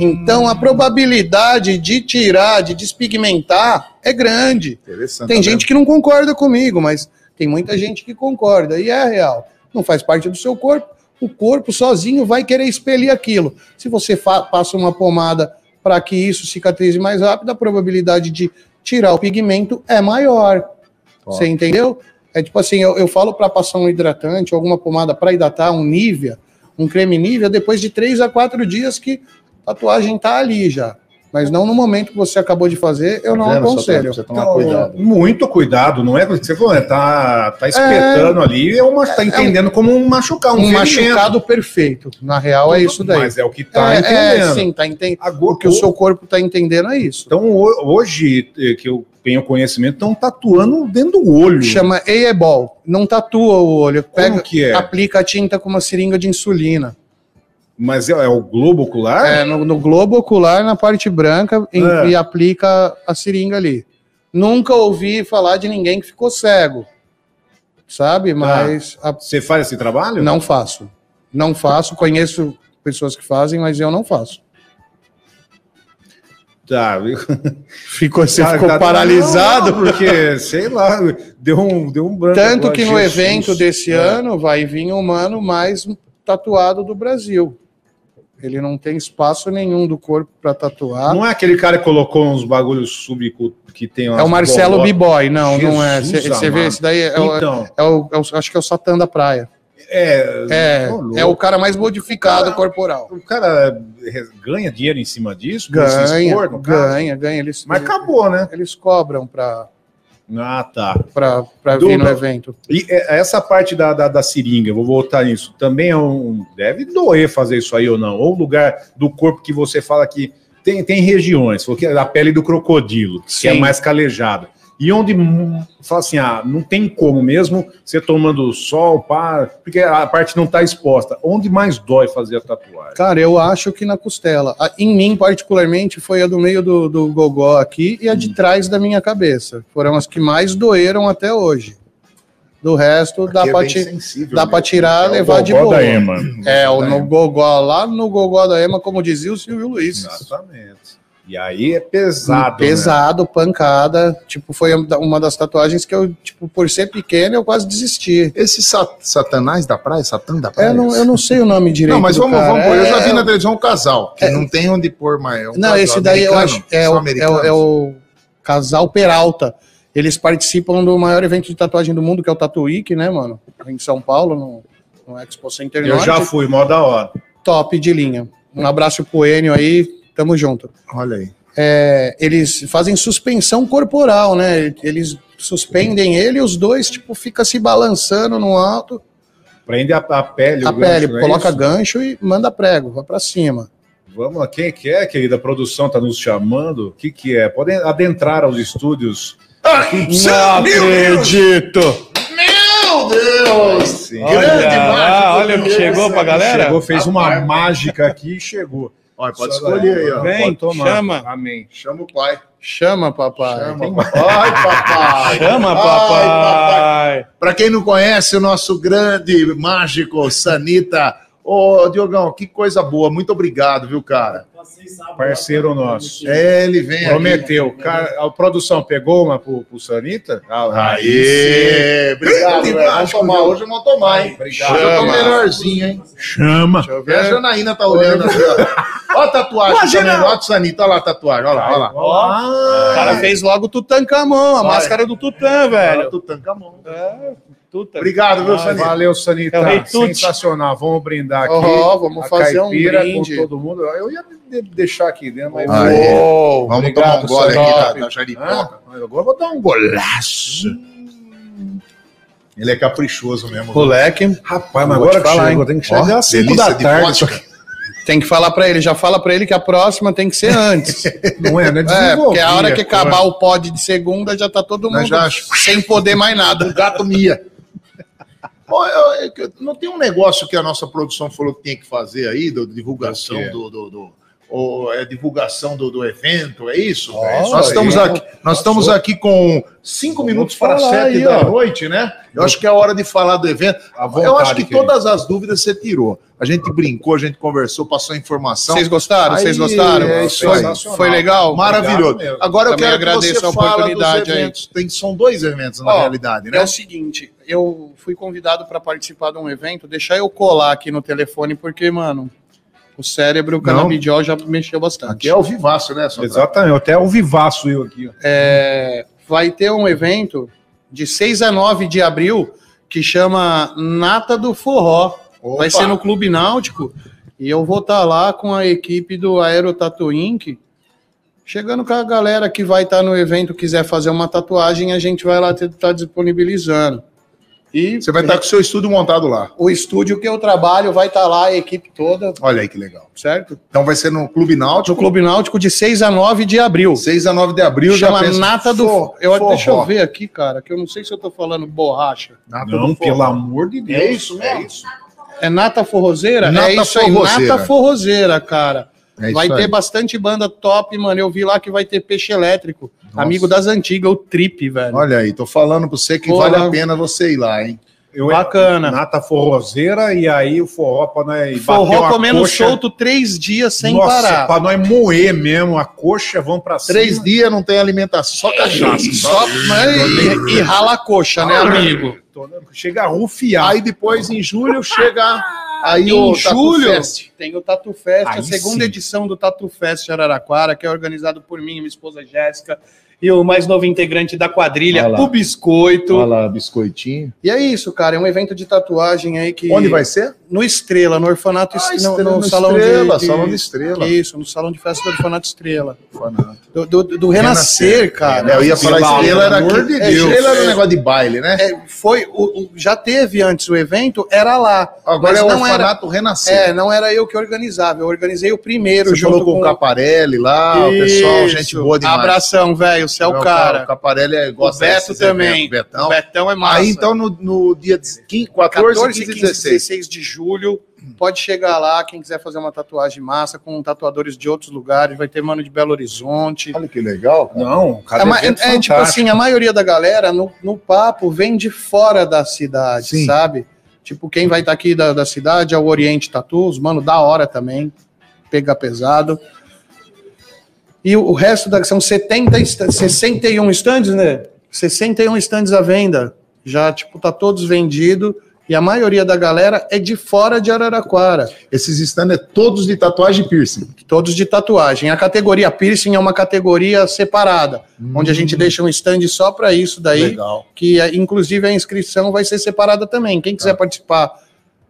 Speaker 6: Então, a probabilidade de tirar, de despigmentar, é grande.
Speaker 4: Interessante.
Speaker 6: Tem
Speaker 4: né?
Speaker 6: gente que não concorda comigo, mas tem muita gente que concorda. E é real. Não faz parte do seu corpo. O corpo sozinho vai querer expelir aquilo. Se você fa- passa uma pomada para que isso cicatrize mais rápido, a probabilidade de tirar o pigmento é maior.
Speaker 4: Top.
Speaker 6: Você entendeu? É tipo assim, eu, eu falo para passar um hidratante, alguma pomada para hidratar, um Nivea, um creme Nivea, depois de três a quatro dias que a tatuagem tá ali já. Mas não no momento que você acabou de fazer, eu
Speaker 4: Tá
Speaker 6: não
Speaker 4: vendo, só
Speaker 6: aconselho.
Speaker 4: pra Você tomar cuidado.
Speaker 5: Muito cuidado, não é o que você falou, né? Tá, tá espetando ali, é uma, tá entendendo como um machucar, um,
Speaker 6: um
Speaker 5: ferimento.
Speaker 6: machucado perfeito. Na real, é isso daí.
Speaker 5: Mas é o que tá
Speaker 6: é,
Speaker 5: entendendo.
Speaker 6: é, sim, tá entendendo.
Speaker 5: Agora,
Speaker 6: O que o seu corpo tá entendendo é isso.
Speaker 5: Então, ho- hoje, eh, que eu tenho conhecimento, estão tatuando dentro do olho.
Speaker 6: Chama Eyeball. Não tatua o olho.
Speaker 5: Como
Speaker 6: Pega,
Speaker 5: que é?
Speaker 6: aplica a tinta com uma seringa de insulina.
Speaker 5: Mas é, é o globo ocular?
Speaker 6: É, no, no globo ocular, na parte branca, em-
Speaker 5: É.
Speaker 6: e aplica a seringa ali. Nunca ouvi falar de ninguém que ficou cego.
Speaker 5: Tá.
Speaker 6: Sabe? Mas a-
Speaker 5: Você faz esse trabalho?
Speaker 6: não faço. Não faço. Conheço pessoas que fazem, mas eu não faço.
Speaker 5: Tá.
Speaker 6: Ficou, você
Speaker 5: Tá-
Speaker 6: ficou
Speaker 5: tá-
Speaker 6: paralisado?
Speaker 5: Não, porque, sei lá, deu um, deu um branco.
Speaker 6: Tanto
Speaker 5: agora,
Speaker 6: que no
Speaker 5: Jesus.
Speaker 6: evento desse
Speaker 5: É.
Speaker 6: ano vai vir um mano mais tatuado do Brasil. Ele não tem espaço nenhum do corpo para tatuar.
Speaker 5: Não é aquele cara que colocou uns bagulhos súbico que tem
Speaker 6: É o Marcelo
Speaker 5: Bibo.
Speaker 6: B-Boy, não, não é.
Speaker 5: Jesus
Speaker 6: Você vê,
Speaker 5: amado.
Speaker 6: esse daí é, o-
Speaker 5: Então,
Speaker 6: é o, é o- acho que é o Satã da praia.
Speaker 5: é,
Speaker 6: É,
Speaker 5: Ô, louco.
Speaker 6: é o cara mais modificado
Speaker 5: Cara,
Speaker 6: corporal.
Speaker 5: o cara re- ganha dinheiro em cima disso? por se
Speaker 6: Ganha,
Speaker 5: expor, no caso?
Speaker 6: ganha, ganha. Eles,
Speaker 5: Mas acabou, né?
Speaker 6: eles cobram pra,
Speaker 5: Ah, tá.
Speaker 6: pra, pra
Speaker 5: Duda.
Speaker 6: vir no evento.
Speaker 5: E é- essa parte da, da, da seringa, eu vou voltar nisso, também é um. Deve doer fazer isso aí ou não? Ou o lugar do corpo que você fala que tem, tem regiões, porque a pele do crocodilo, que é
Speaker 6: Sim.
Speaker 5: mais calejada. E onde hum, fala assim, ah, não tem como mesmo você tomando sol, pá, porque a parte não está exposta. Onde mais dói fazer a tatuagem?
Speaker 6: Cara, eu acho que na costela. A- Em mim, particularmente, foi a do meio do, do gogó aqui e a
Speaker 4: Uhum.
Speaker 6: de trás da minha cabeça. Foram as que mais doeram até hoje. Do resto, dá
Speaker 5: Aqui é
Speaker 6: pra,
Speaker 5: bem
Speaker 6: ti-
Speaker 5: sensível
Speaker 6: dá
Speaker 5: mesmo.
Speaker 6: pra tirar,
Speaker 5: É o
Speaker 6: levar de
Speaker 5: gogó
Speaker 6: boa.
Speaker 5: da Ema.
Speaker 6: É,
Speaker 4: né?
Speaker 6: o no gogó, lá no gogó da Ema, como dizia o Silvio Luiz.
Speaker 5: Exatamente. E aí é pesado. né?
Speaker 6: Pesado, pancada. Tipo, foi uma das tatuagens que eu, tipo, por ser pequeno, eu quase desisti.
Speaker 4: Esse sa- satanás da praia, satã da praia.
Speaker 6: É, Eu não, eu não sei o nome direito.
Speaker 4: Não, mas
Speaker 6: do
Speaker 4: vamos,
Speaker 6: cara.
Speaker 4: vamos pôr. Eu já
Speaker 6: É,
Speaker 4: vi na
Speaker 6: é-
Speaker 4: televisão um casal, que não tem onde pôr mais. É um
Speaker 6: Não,
Speaker 4: casal
Speaker 6: esse daí eu
Speaker 4: americano,
Speaker 6: acho é
Speaker 4: só
Speaker 6: o, é,
Speaker 4: americano.
Speaker 6: o, é o casal Peralta. Eles participam do maior evento de tatuagem do mundo, que é o Tatuíque, né, mano? Em São Paulo, no, no Expo Center
Speaker 5: Eu
Speaker 6: Norte.
Speaker 5: já fui, mó da hora.
Speaker 6: Top de linha. Um abraço pro Enio aí, tamo junto.
Speaker 4: Olha aí.
Speaker 6: É, eles fazem suspensão corporal, né? Eles suspendem ele e os dois, tipo, fica se balançando no alto,
Speaker 5: Prende a, a pele.
Speaker 6: a
Speaker 5: o gancho,
Speaker 6: pele,
Speaker 5: não é
Speaker 6: coloca
Speaker 5: isso?
Speaker 6: gancho e manda prego, vai pra cima.
Speaker 5: Vamos lá, quem que é, querida? A produção tá nos chamando. O que que é? Podem adentrar aos estúdios.
Speaker 6: Não acredito!
Speaker 4: é Meu Deus!
Speaker 5: Sim. ah,
Speaker 4: Grande mágico
Speaker 7: lá, olha o que
Speaker 4: do
Speaker 7: chegou pra galera.
Speaker 5: Chegou, fez uma mágica aqui e chegou.
Speaker 4: Olha, pode
Speaker 5: Só
Speaker 4: escolher aí,
Speaker 5: galera.
Speaker 4: ó.
Speaker 7: Vem,
Speaker 5: Pode tomar.
Speaker 7: chama.
Speaker 5: Amém.
Speaker 4: Chama o pai.
Speaker 6: Chama, papai.
Speaker 4: Chama o pai. [laughs] Ai, papai.
Speaker 7: Chama,
Speaker 4: Ai,
Speaker 7: papai.
Speaker 4: Para quem não conhece o nosso grande mágico Sanita, ô Diogão, que coisa boa, muito obrigado, viu, cara?
Speaker 5: Parceiro nosso.
Speaker 4: É, ele vem aqui.
Speaker 5: Prometeu. Cara, a produção pegou uma pro, pro Sanita? Ah,
Speaker 4: Aê, obrigado,
Speaker 5: Grande
Speaker 4: velho. Vamos
Speaker 5: mágico,
Speaker 4: tomar,
Speaker 5: viu?
Speaker 4: hoje vamos tomar, hein?
Speaker 5: Obrigado.
Speaker 4: Hoje eu tô
Speaker 6: Chama.
Speaker 4: melhorzinho, hein?
Speaker 5: Chama.
Speaker 6: Deixa eu
Speaker 4: Vê a
Speaker 6: ver.
Speaker 4: Janaína tá olhando aqui, ó. Ó a tatuagem também, ó do Sanita, olha lá a tatuagem, olha lá, olha lá.
Speaker 6: O
Speaker 5: É.
Speaker 6: cara fez logo o Tutankamon, a máscara do Tutã,
Speaker 4: Olha
Speaker 6: velho.
Speaker 4: o Tutankamon.
Speaker 7: Tuta.
Speaker 4: Obrigado, viu,
Speaker 5: Ai,
Speaker 4: Sanita?
Speaker 5: valeu, Sanita.
Speaker 7: É o Rei Tut.
Speaker 5: Sensacional. Vamos brindar aqui.
Speaker 6: Ó, vamos
Speaker 5: A
Speaker 6: fazer um
Speaker 5: caipira
Speaker 6: brinde.
Speaker 5: com todo mundo. Eu ia de- deixar aqui dentro, mas
Speaker 4: Aê.
Speaker 6: Uou.
Speaker 4: Vamos tomar
Speaker 5: Obrigado,
Speaker 4: um gole aqui
Speaker 5: Sanita.
Speaker 4: da, da jaripoca.
Speaker 5: Ah, agora eu vou dar um golaço.
Speaker 4: Ele é caprichoso mesmo. viu?
Speaker 6: Moleque,
Speaker 5: Rapaz,
Speaker 6: mas agora que chegou,
Speaker 5: tem que
Speaker 4: Ó,
Speaker 5: chegar às 5
Speaker 4: delícia
Speaker 5: da
Speaker 4: de
Speaker 5: assim, tarde.
Speaker 4: vodka.
Speaker 6: tem que falar pra ele, já fala pra ele que a próxima tem que ser
Speaker 4: [laughs]
Speaker 6: antes.
Speaker 5: Não é, né?
Speaker 6: É, porque a hora que acabar o pod de segunda já tá todo
Speaker 4: Nós
Speaker 6: mundo
Speaker 4: já-
Speaker 6: sem poder mais nada.
Speaker 4: gato mia. Ó, eu- eu- eu- Não tem um negócio que a nossa produção falou que tinha que fazer aí, do, divulgação
Speaker 6: É.
Speaker 5: O quê?
Speaker 4: do. do, do- ou é divulgação do, do evento, é isso?
Speaker 6: Ó,
Speaker 4: É isso nós
Speaker 6: aí,
Speaker 4: estamos
Speaker 6: ó,
Speaker 4: aqui, nós estamos aqui com cinco
Speaker 5: Vamos
Speaker 4: minutos para
Speaker 5: falar
Speaker 4: sete
Speaker 5: aí,
Speaker 4: da
Speaker 5: ó.
Speaker 4: noite, né? Eu acho que é a hora de falar do evento.
Speaker 5: À vontade,
Speaker 4: Eu acho que
Speaker 5: querido.
Speaker 4: todas as dúvidas você tirou. A gente brincou, a gente conversou, passou informação.
Speaker 6: Vocês gostaram? Vocês
Speaker 4: Aí,
Speaker 6: gostaram?
Speaker 4: é isso aí.
Speaker 6: Foi, foi legal?
Speaker 4: Maravilhoso.
Speaker 5: Obrigado mesmo.
Speaker 4: Agora eu
Speaker 6: Também
Speaker 4: quero que
Speaker 6: agradeço
Speaker 4: você fale
Speaker 6: a
Speaker 4: dos
Speaker 6: oportunidade aí.
Speaker 4: eventos. Tem, são dois eventos, na
Speaker 6: Ó,
Speaker 4: realidade, né?
Speaker 6: É o seguinte, eu fui convidado para participar de um evento, deixar eu colar aqui no telefone, porque, mano, o cérebro, o canabidiol já mexeu bastante.
Speaker 4: Aqui é o vivaço, né, Sandra?
Speaker 5: Exatamente, até o vivaço eu aqui. ó.
Speaker 6: É, vai ter um evento de 6 a 9 de abril que chama Nata do Forró. Vai ser no Clube Náutico. E eu vou estar lá com a equipe do Aero Tatu Inc. Chegando com a galera que vai estar no evento, quiser fazer uma tatuagem, a gente vai lá estar disponibilizando. E
Speaker 4: Você vai estar com o seu estúdio montado lá.
Speaker 6: o estúdio que eu trabalho vai estar lá, a equipe toda,
Speaker 4: Olha aí que legal.
Speaker 6: certo?
Speaker 4: Então vai ser no Clube Náutico,
Speaker 6: No Clube Náutico de 6 a 9 de abril.
Speaker 4: 6 a 9 de abril. já
Speaker 6: Chama
Speaker 4: pensa-
Speaker 6: Nata do
Speaker 4: For-
Speaker 6: eu,
Speaker 4: forró.
Speaker 6: Deixa eu ver aqui, cara, que eu não sei se eu tô falando borracha.
Speaker 4: Nata
Speaker 5: Não,
Speaker 4: do Forró.
Speaker 5: pelo amor de Deus.
Speaker 4: É isso mesmo?
Speaker 5: Tá É isso.
Speaker 6: É Nata Forrozeira?
Speaker 4: Nata
Speaker 6: é isso aí,
Speaker 4: Forrozeira.
Speaker 6: Nata Forrozeira, cara.
Speaker 4: É isso
Speaker 6: vai ter
Speaker 4: aí.
Speaker 6: bastante banda top, mano. Eu vi lá que vai ter peixe elétrico.
Speaker 4: Nossa.
Speaker 6: Amigo das antigas, o Trip, velho.
Speaker 4: Olha aí, tô falando pra você que
Speaker 6: Porra.
Speaker 4: vale a pena você ir lá, hein?
Speaker 5: Eu,
Speaker 6: Bacana.
Speaker 5: Nata forrozeira e aí o forró pra nós bater
Speaker 6: Forró
Speaker 5: uma
Speaker 6: comendo
Speaker 5: coxa.
Speaker 6: solto três dias sem
Speaker 5: Nossa,
Speaker 6: parar.
Speaker 5: pra nós moer mesmo a coxa, vamos pra cima.
Speaker 4: Três dias não tem alimentação, só cachaça.
Speaker 6: Só, mas- e, e rala a coxa,
Speaker 5: Ah.
Speaker 6: né, amigo?
Speaker 5: Tô- Chega a rufiar. [laughs] tá
Speaker 4: Aí depois, em julho, chega aí
Speaker 6: Em
Speaker 4: o Tatu
Speaker 6: julho?
Speaker 4: Fest.
Speaker 6: tem o Tatu Fest,
Speaker 5: Aí
Speaker 6: a segunda
Speaker 5: sim.
Speaker 6: edição do Tatu Fest de Araraquara, que é organizado por mim, minha esposa Jéssica, e o mais novo integrante da quadrilha,
Speaker 5: Olha lá.
Speaker 6: o Biscoito.
Speaker 5: Olha lá, biscoitinho.
Speaker 6: E é isso, cara, é um evento de tatuagem aí que...
Speaker 4: Onde vai ser?
Speaker 6: No Estrela, no Orfanato...
Speaker 4: Ah,
Speaker 6: Estrela,
Speaker 4: Estrela,
Speaker 6: no,
Speaker 4: no
Speaker 6: salão,
Speaker 4: Estrela,
Speaker 6: de,
Speaker 4: salão de Estrela.
Speaker 6: Isso, no Salão de Festa do Orfanato Estrela.
Speaker 4: Orfanato.
Speaker 6: Do, do- do Renascer, cara.
Speaker 4: É, eu ia falar
Speaker 5: Estrela,
Speaker 4: estrela, era
Speaker 5: pelo amor
Speaker 4: aqui.
Speaker 6: de
Speaker 4: É,
Speaker 6: Deus.
Speaker 4: estrela era um negócio de baile, né?
Speaker 6: É, foi, o- o- já teve antes o evento, era lá.
Speaker 4: Agora
Speaker 6: mas
Speaker 4: é o
Speaker 6: não era-
Speaker 4: orfanato renascer.
Speaker 6: É, não era eu que organizava, eu organizei o primeiro
Speaker 4: Você
Speaker 6: junto
Speaker 4: falou com o Caparelli lá, o pessoal, gente
Speaker 6: Isso.
Speaker 4: boa demais.
Speaker 6: Abração, velho, você é o
Speaker 4: Não,
Speaker 6: cara.
Speaker 4: O Caparelli é-
Speaker 6: O
Speaker 4: gosta
Speaker 6: Beto
Speaker 4: desses
Speaker 6: também.
Speaker 4: eventos, Betão.
Speaker 6: O Betão é massa.
Speaker 4: Aí então no, no dia de 15, 14,
Speaker 6: 14,
Speaker 4: 15,
Speaker 6: 15,
Speaker 4: 16.
Speaker 6: 16 de julho, pode chegar lá, quem quiser fazer uma tatuagem massa, com tatuadores de outros lugares, vai ter mano de Belo Horizonte.
Speaker 4: Olha que legal, cara.
Speaker 5: Não,
Speaker 6: É, ma- é, é, tipo assim, a maioria da galera no, no papo vem de fora da cidade,
Speaker 4: Sim.
Speaker 6: sabe? Tipo, quem vai estar aqui da, da cidade é o Oriente Tatus, mano, da hora também. Pega pesado. E o, o resto da. São 70, esta- 61 estandes, né? 61 estandes à venda. Já, tipo, tá todos vendido. E a maioria da galera é de fora de Araraquara
Speaker 4: Esses stands é todos de tatuagem e piercing.
Speaker 6: todos de tatuagem. A categoria piercing é uma categoria separada, onde a
Speaker 5: Hum.
Speaker 6: gente deixa um stand só para isso daí,
Speaker 4: Legal.
Speaker 6: que é, inclusive a inscrição vai ser separada também. Quem
Speaker 5: Tá.
Speaker 6: quiser participar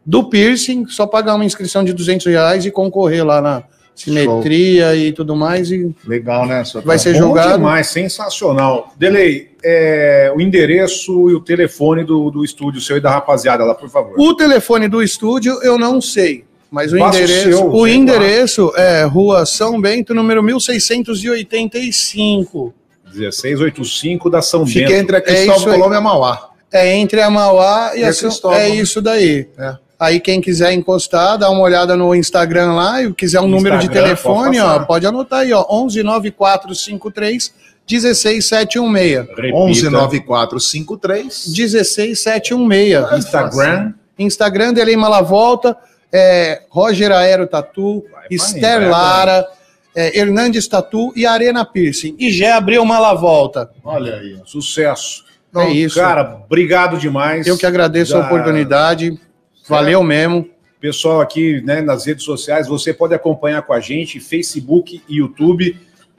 Speaker 6: do piercing, só pagar uma inscrição de 200 reais e concorrer lá na simetria e tudo mais. E
Speaker 4: Legal, né? sua
Speaker 6: vai
Speaker 4: cara?
Speaker 6: ser
Speaker 5: Tá Bom
Speaker 6: jogado.
Speaker 5: demais, sensacional. Delei, é, o endereço e o telefone do, do estúdio seu e da rapaziada lá, por favor.
Speaker 6: O telefone do estúdio eu não sei. Mas o
Speaker 5: Passa o
Speaker 6: endereço, o,
Speaker 5: seu, sei lá.
Speaker 6: endereço é Rua São Bento, número 1685.
Speaker 5: 1685 da São
Speaker 4: Fica
Speaker 5: Bento.
Speaker 4: entre a
Speaker 6: É isso
Speaker 4: Cristóvão
Speaker 6: aí.
Speaker 4: Colombo e a Mauá.
Speaker 6: É entre a Mauá e,
Speaker 4: E
Speaker 6: a
Speaker 4: a
Speaker 6: São-
Speaker 4: Cristóvão,
Speaker 6: É
Speaker 4: né?
Speaker 6: isso daí.
Speaker 4: É.
Speaker 6: Aí quem quiser encostar, dá uma olhada no Instagram lá e quiser um número de
Speaker 5: Instagram,
Speaker 6: telefone,
Speaker 5: pode
Speaker 6: ó,
Speaker 5: passar.
Speaker 6: pode anotar aí, ó, 11 9453 16716.
Speaker 5: Repita.
Speaker 4: 119453.
Speaker 6: 16716.
Speaker 5: Instagram.
Speaker 6: Instagram Delei Malavolta, é, Roger Aero Tatu, Esther
Speaker 5: vai,
Speaker 6: Lara, é, Hernandes Tatu e Arena Piercing. E já abriu Malavolta.
Speaker 4: Olha aí.
Speaker 5: Sucesso.
Speaker 6: É isso.
Speaker 5: Cara, obrigado demais.
Speaker 6: Eu que agradeço
Speaker 5: Já-
Speaker 6: a oportunidade. Valeu mesmo.
Speaker 5: pessoal aqui né, nas redes sociais, você pode acompanhar com a gente, Facebook e YouTube,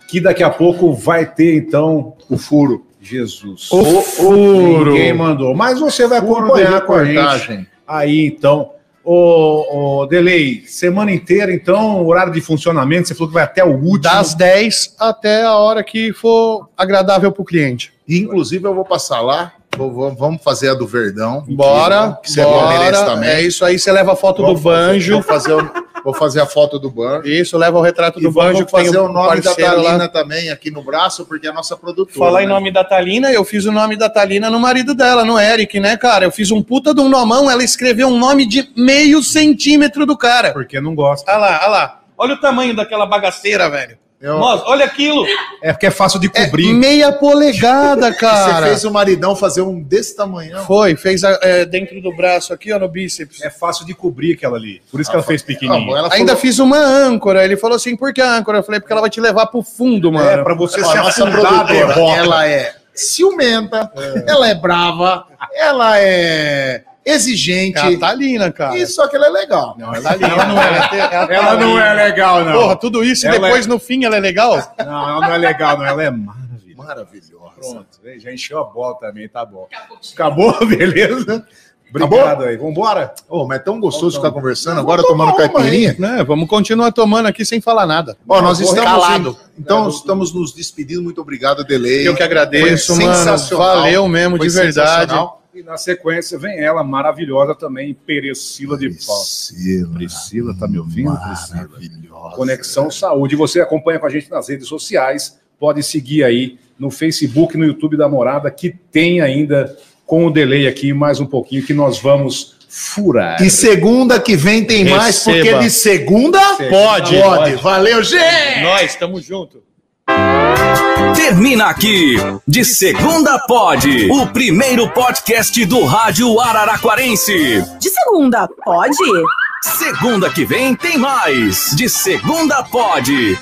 Speaker 5: que daqui a pouco vai ter, então, o furo. Jesus.
Speaker 6: O furo.
Speaker 5: Ninguém mandou. Mas você vai acompanhar com a gente aí, então. Ô, ô, Delay, semana inteira, então, horário de funcionamento, você falou que vai até o último.
Speaker 6: das 10 até a hora que for agradável para o cliente.
Speaker 4: E, inclusive, eu vou passar lá. vou- vou- vamos fazer a do Verdão.
Speaker 6: Bora,
Speaker 4: Que você é
Speaker 6: bora.
Speaker 4: palmeirense também.
Speaker 6: É isso aí, você leva a foto
Speaker 4: Vamos
Speaker 6: do
Speaker 4: fazer-
Speaker 6: banjo.
Speaker 4: Vou fazer, o- vou fazer a foto do banjo.
Speaker 6: é Isso, leva o retrato
Speaker 4: E
Speaker 6: do banjo
Speaker 4: vamos
Speaker 6: que tem um
Speaker 4: fazer o nome da
Speaker 6: parceiro
Speaker 4: Talina também aqui no braço, porque é a nossa produtora.
Speaker 6: Falar em
Speaker 4: né?
Speaker 6: nome da Talina, eu fiz o nome da Talina no marido dela, no Eric, né, cara? Eu fiz um puta de um nomão, ela escreveu um nome de meio centímetro do cara.
Speaker 5: Porque não gosta.
Speaker 6: Olha lá, olha lá. Olha o tamanho daquela bagaceira, velho.
Speaker 4: Eu-
Speaker 6: Nossa, olha aquilo.
Speaker 5: É porque é fácil de
Speaker 6: É
Speaker 5: cobrir.
Speaker 6: meia [laughs] polegada, cara.
Speaker 4: Você fez o maridão fazer um desse tamanhão.
Speaker 6: Foi, fez a- é, dentro do braço aqui, ó, no bíceps.
Speaker 5: É fácil de cobrir aquela ali. Por isso que ela fez
Speaker 4: Ah, bom,
Speaker 5: pequenininha.
Speaker 4: ela falou,
Speaker 6: Ainda fiz uma âncora. Ele falou assim: por que âncora? Eu falei: porque ela vai te levar pro fundo, mano.
Speaker 5: É, pra você
Speaker 4: ó,
Speaker 5: se
Speaker 4: a nossa
Speaker 5: afundar,
Speaker 4: produtora,
Speaker 5: derrota.
Speaker 4: ela é ciumenta, ela é brava, ela é exigente.
Speaker 6: É a Thalina, cara.
Speaker 4: e só que tá ela é legal.
Speaker 6: Ela não é, é
Speaker 5: Ela não é legal, não.
Speaker 6: Porra, tudo isso
Speaker 5: Ela
Speaker 6: e depois no fim ela é legal?
Speaker 5: Não, ela não é legal, não. Ela é maravilhosa.
Speaker 4: Maravilhosa.
Speaker 5: Pronto, hein? já encheu a bola também, tá bom. Acabou, [laughs] beleza? Obrigado
Speaker 4: Acabou?
Speaker 5: aí. Vambora?
Speaker 4: Ô, mas é tão gostoso ficar conversando agora, tomando
Speaker 5: tomar uma,
Speaker 4: caipirinha.
Speaker 6: Né, vamos continuar tomando aqui sem falar nada.
Speaker 4: Ó, nós
Speaker 5: Vou
Speaker 4: estamos.
Speaker 5: recalado.
Speaker 4: em- então, estamos nos despedindo. Muito obrigado, Delay.
Speaker 6: Eu que agradeço,
Speaker 4: Foi
Speaker 6: mano.
Speaker 4: sensacional.
Speaker 6: Valeu mesmo,
Speaker 4: Foi
Speaker 6: de verdade.
Speaker 4: sensacional.
Speaker 5: E na sequência vem ela, maravilhosa também, Perecila de Paulo.
Speaker 4: Priscila.
Speaker 5: Priscila, tá me ouvindo, Priscila?
Speaker 4: Maravilhosa.
Speaker 5: Conexão Saúde. Você acompanha com a gente nas redes sociais. Pode seguir aí no Facebook, no YouTube da Morada, que tem ainda com o delay aqui mais um pouquinho que nós vamos furar.
Speaker 4: E segunda que vem tem mais,
Speaker 6: Receba.
Speaker 4: porque de segunda
Speaker 5: Pode.
Speaker 4: pode. Valeu, gente!
Speaker 6: Nós, tamo junto.
Speaker 3: Termina aqui. De segunda pode. O primeiro podcast do rádio araraquarense.
Speaker 2: De segunda, pode?
Speaker 3: Segunda que vem tem mais. De segunda pode.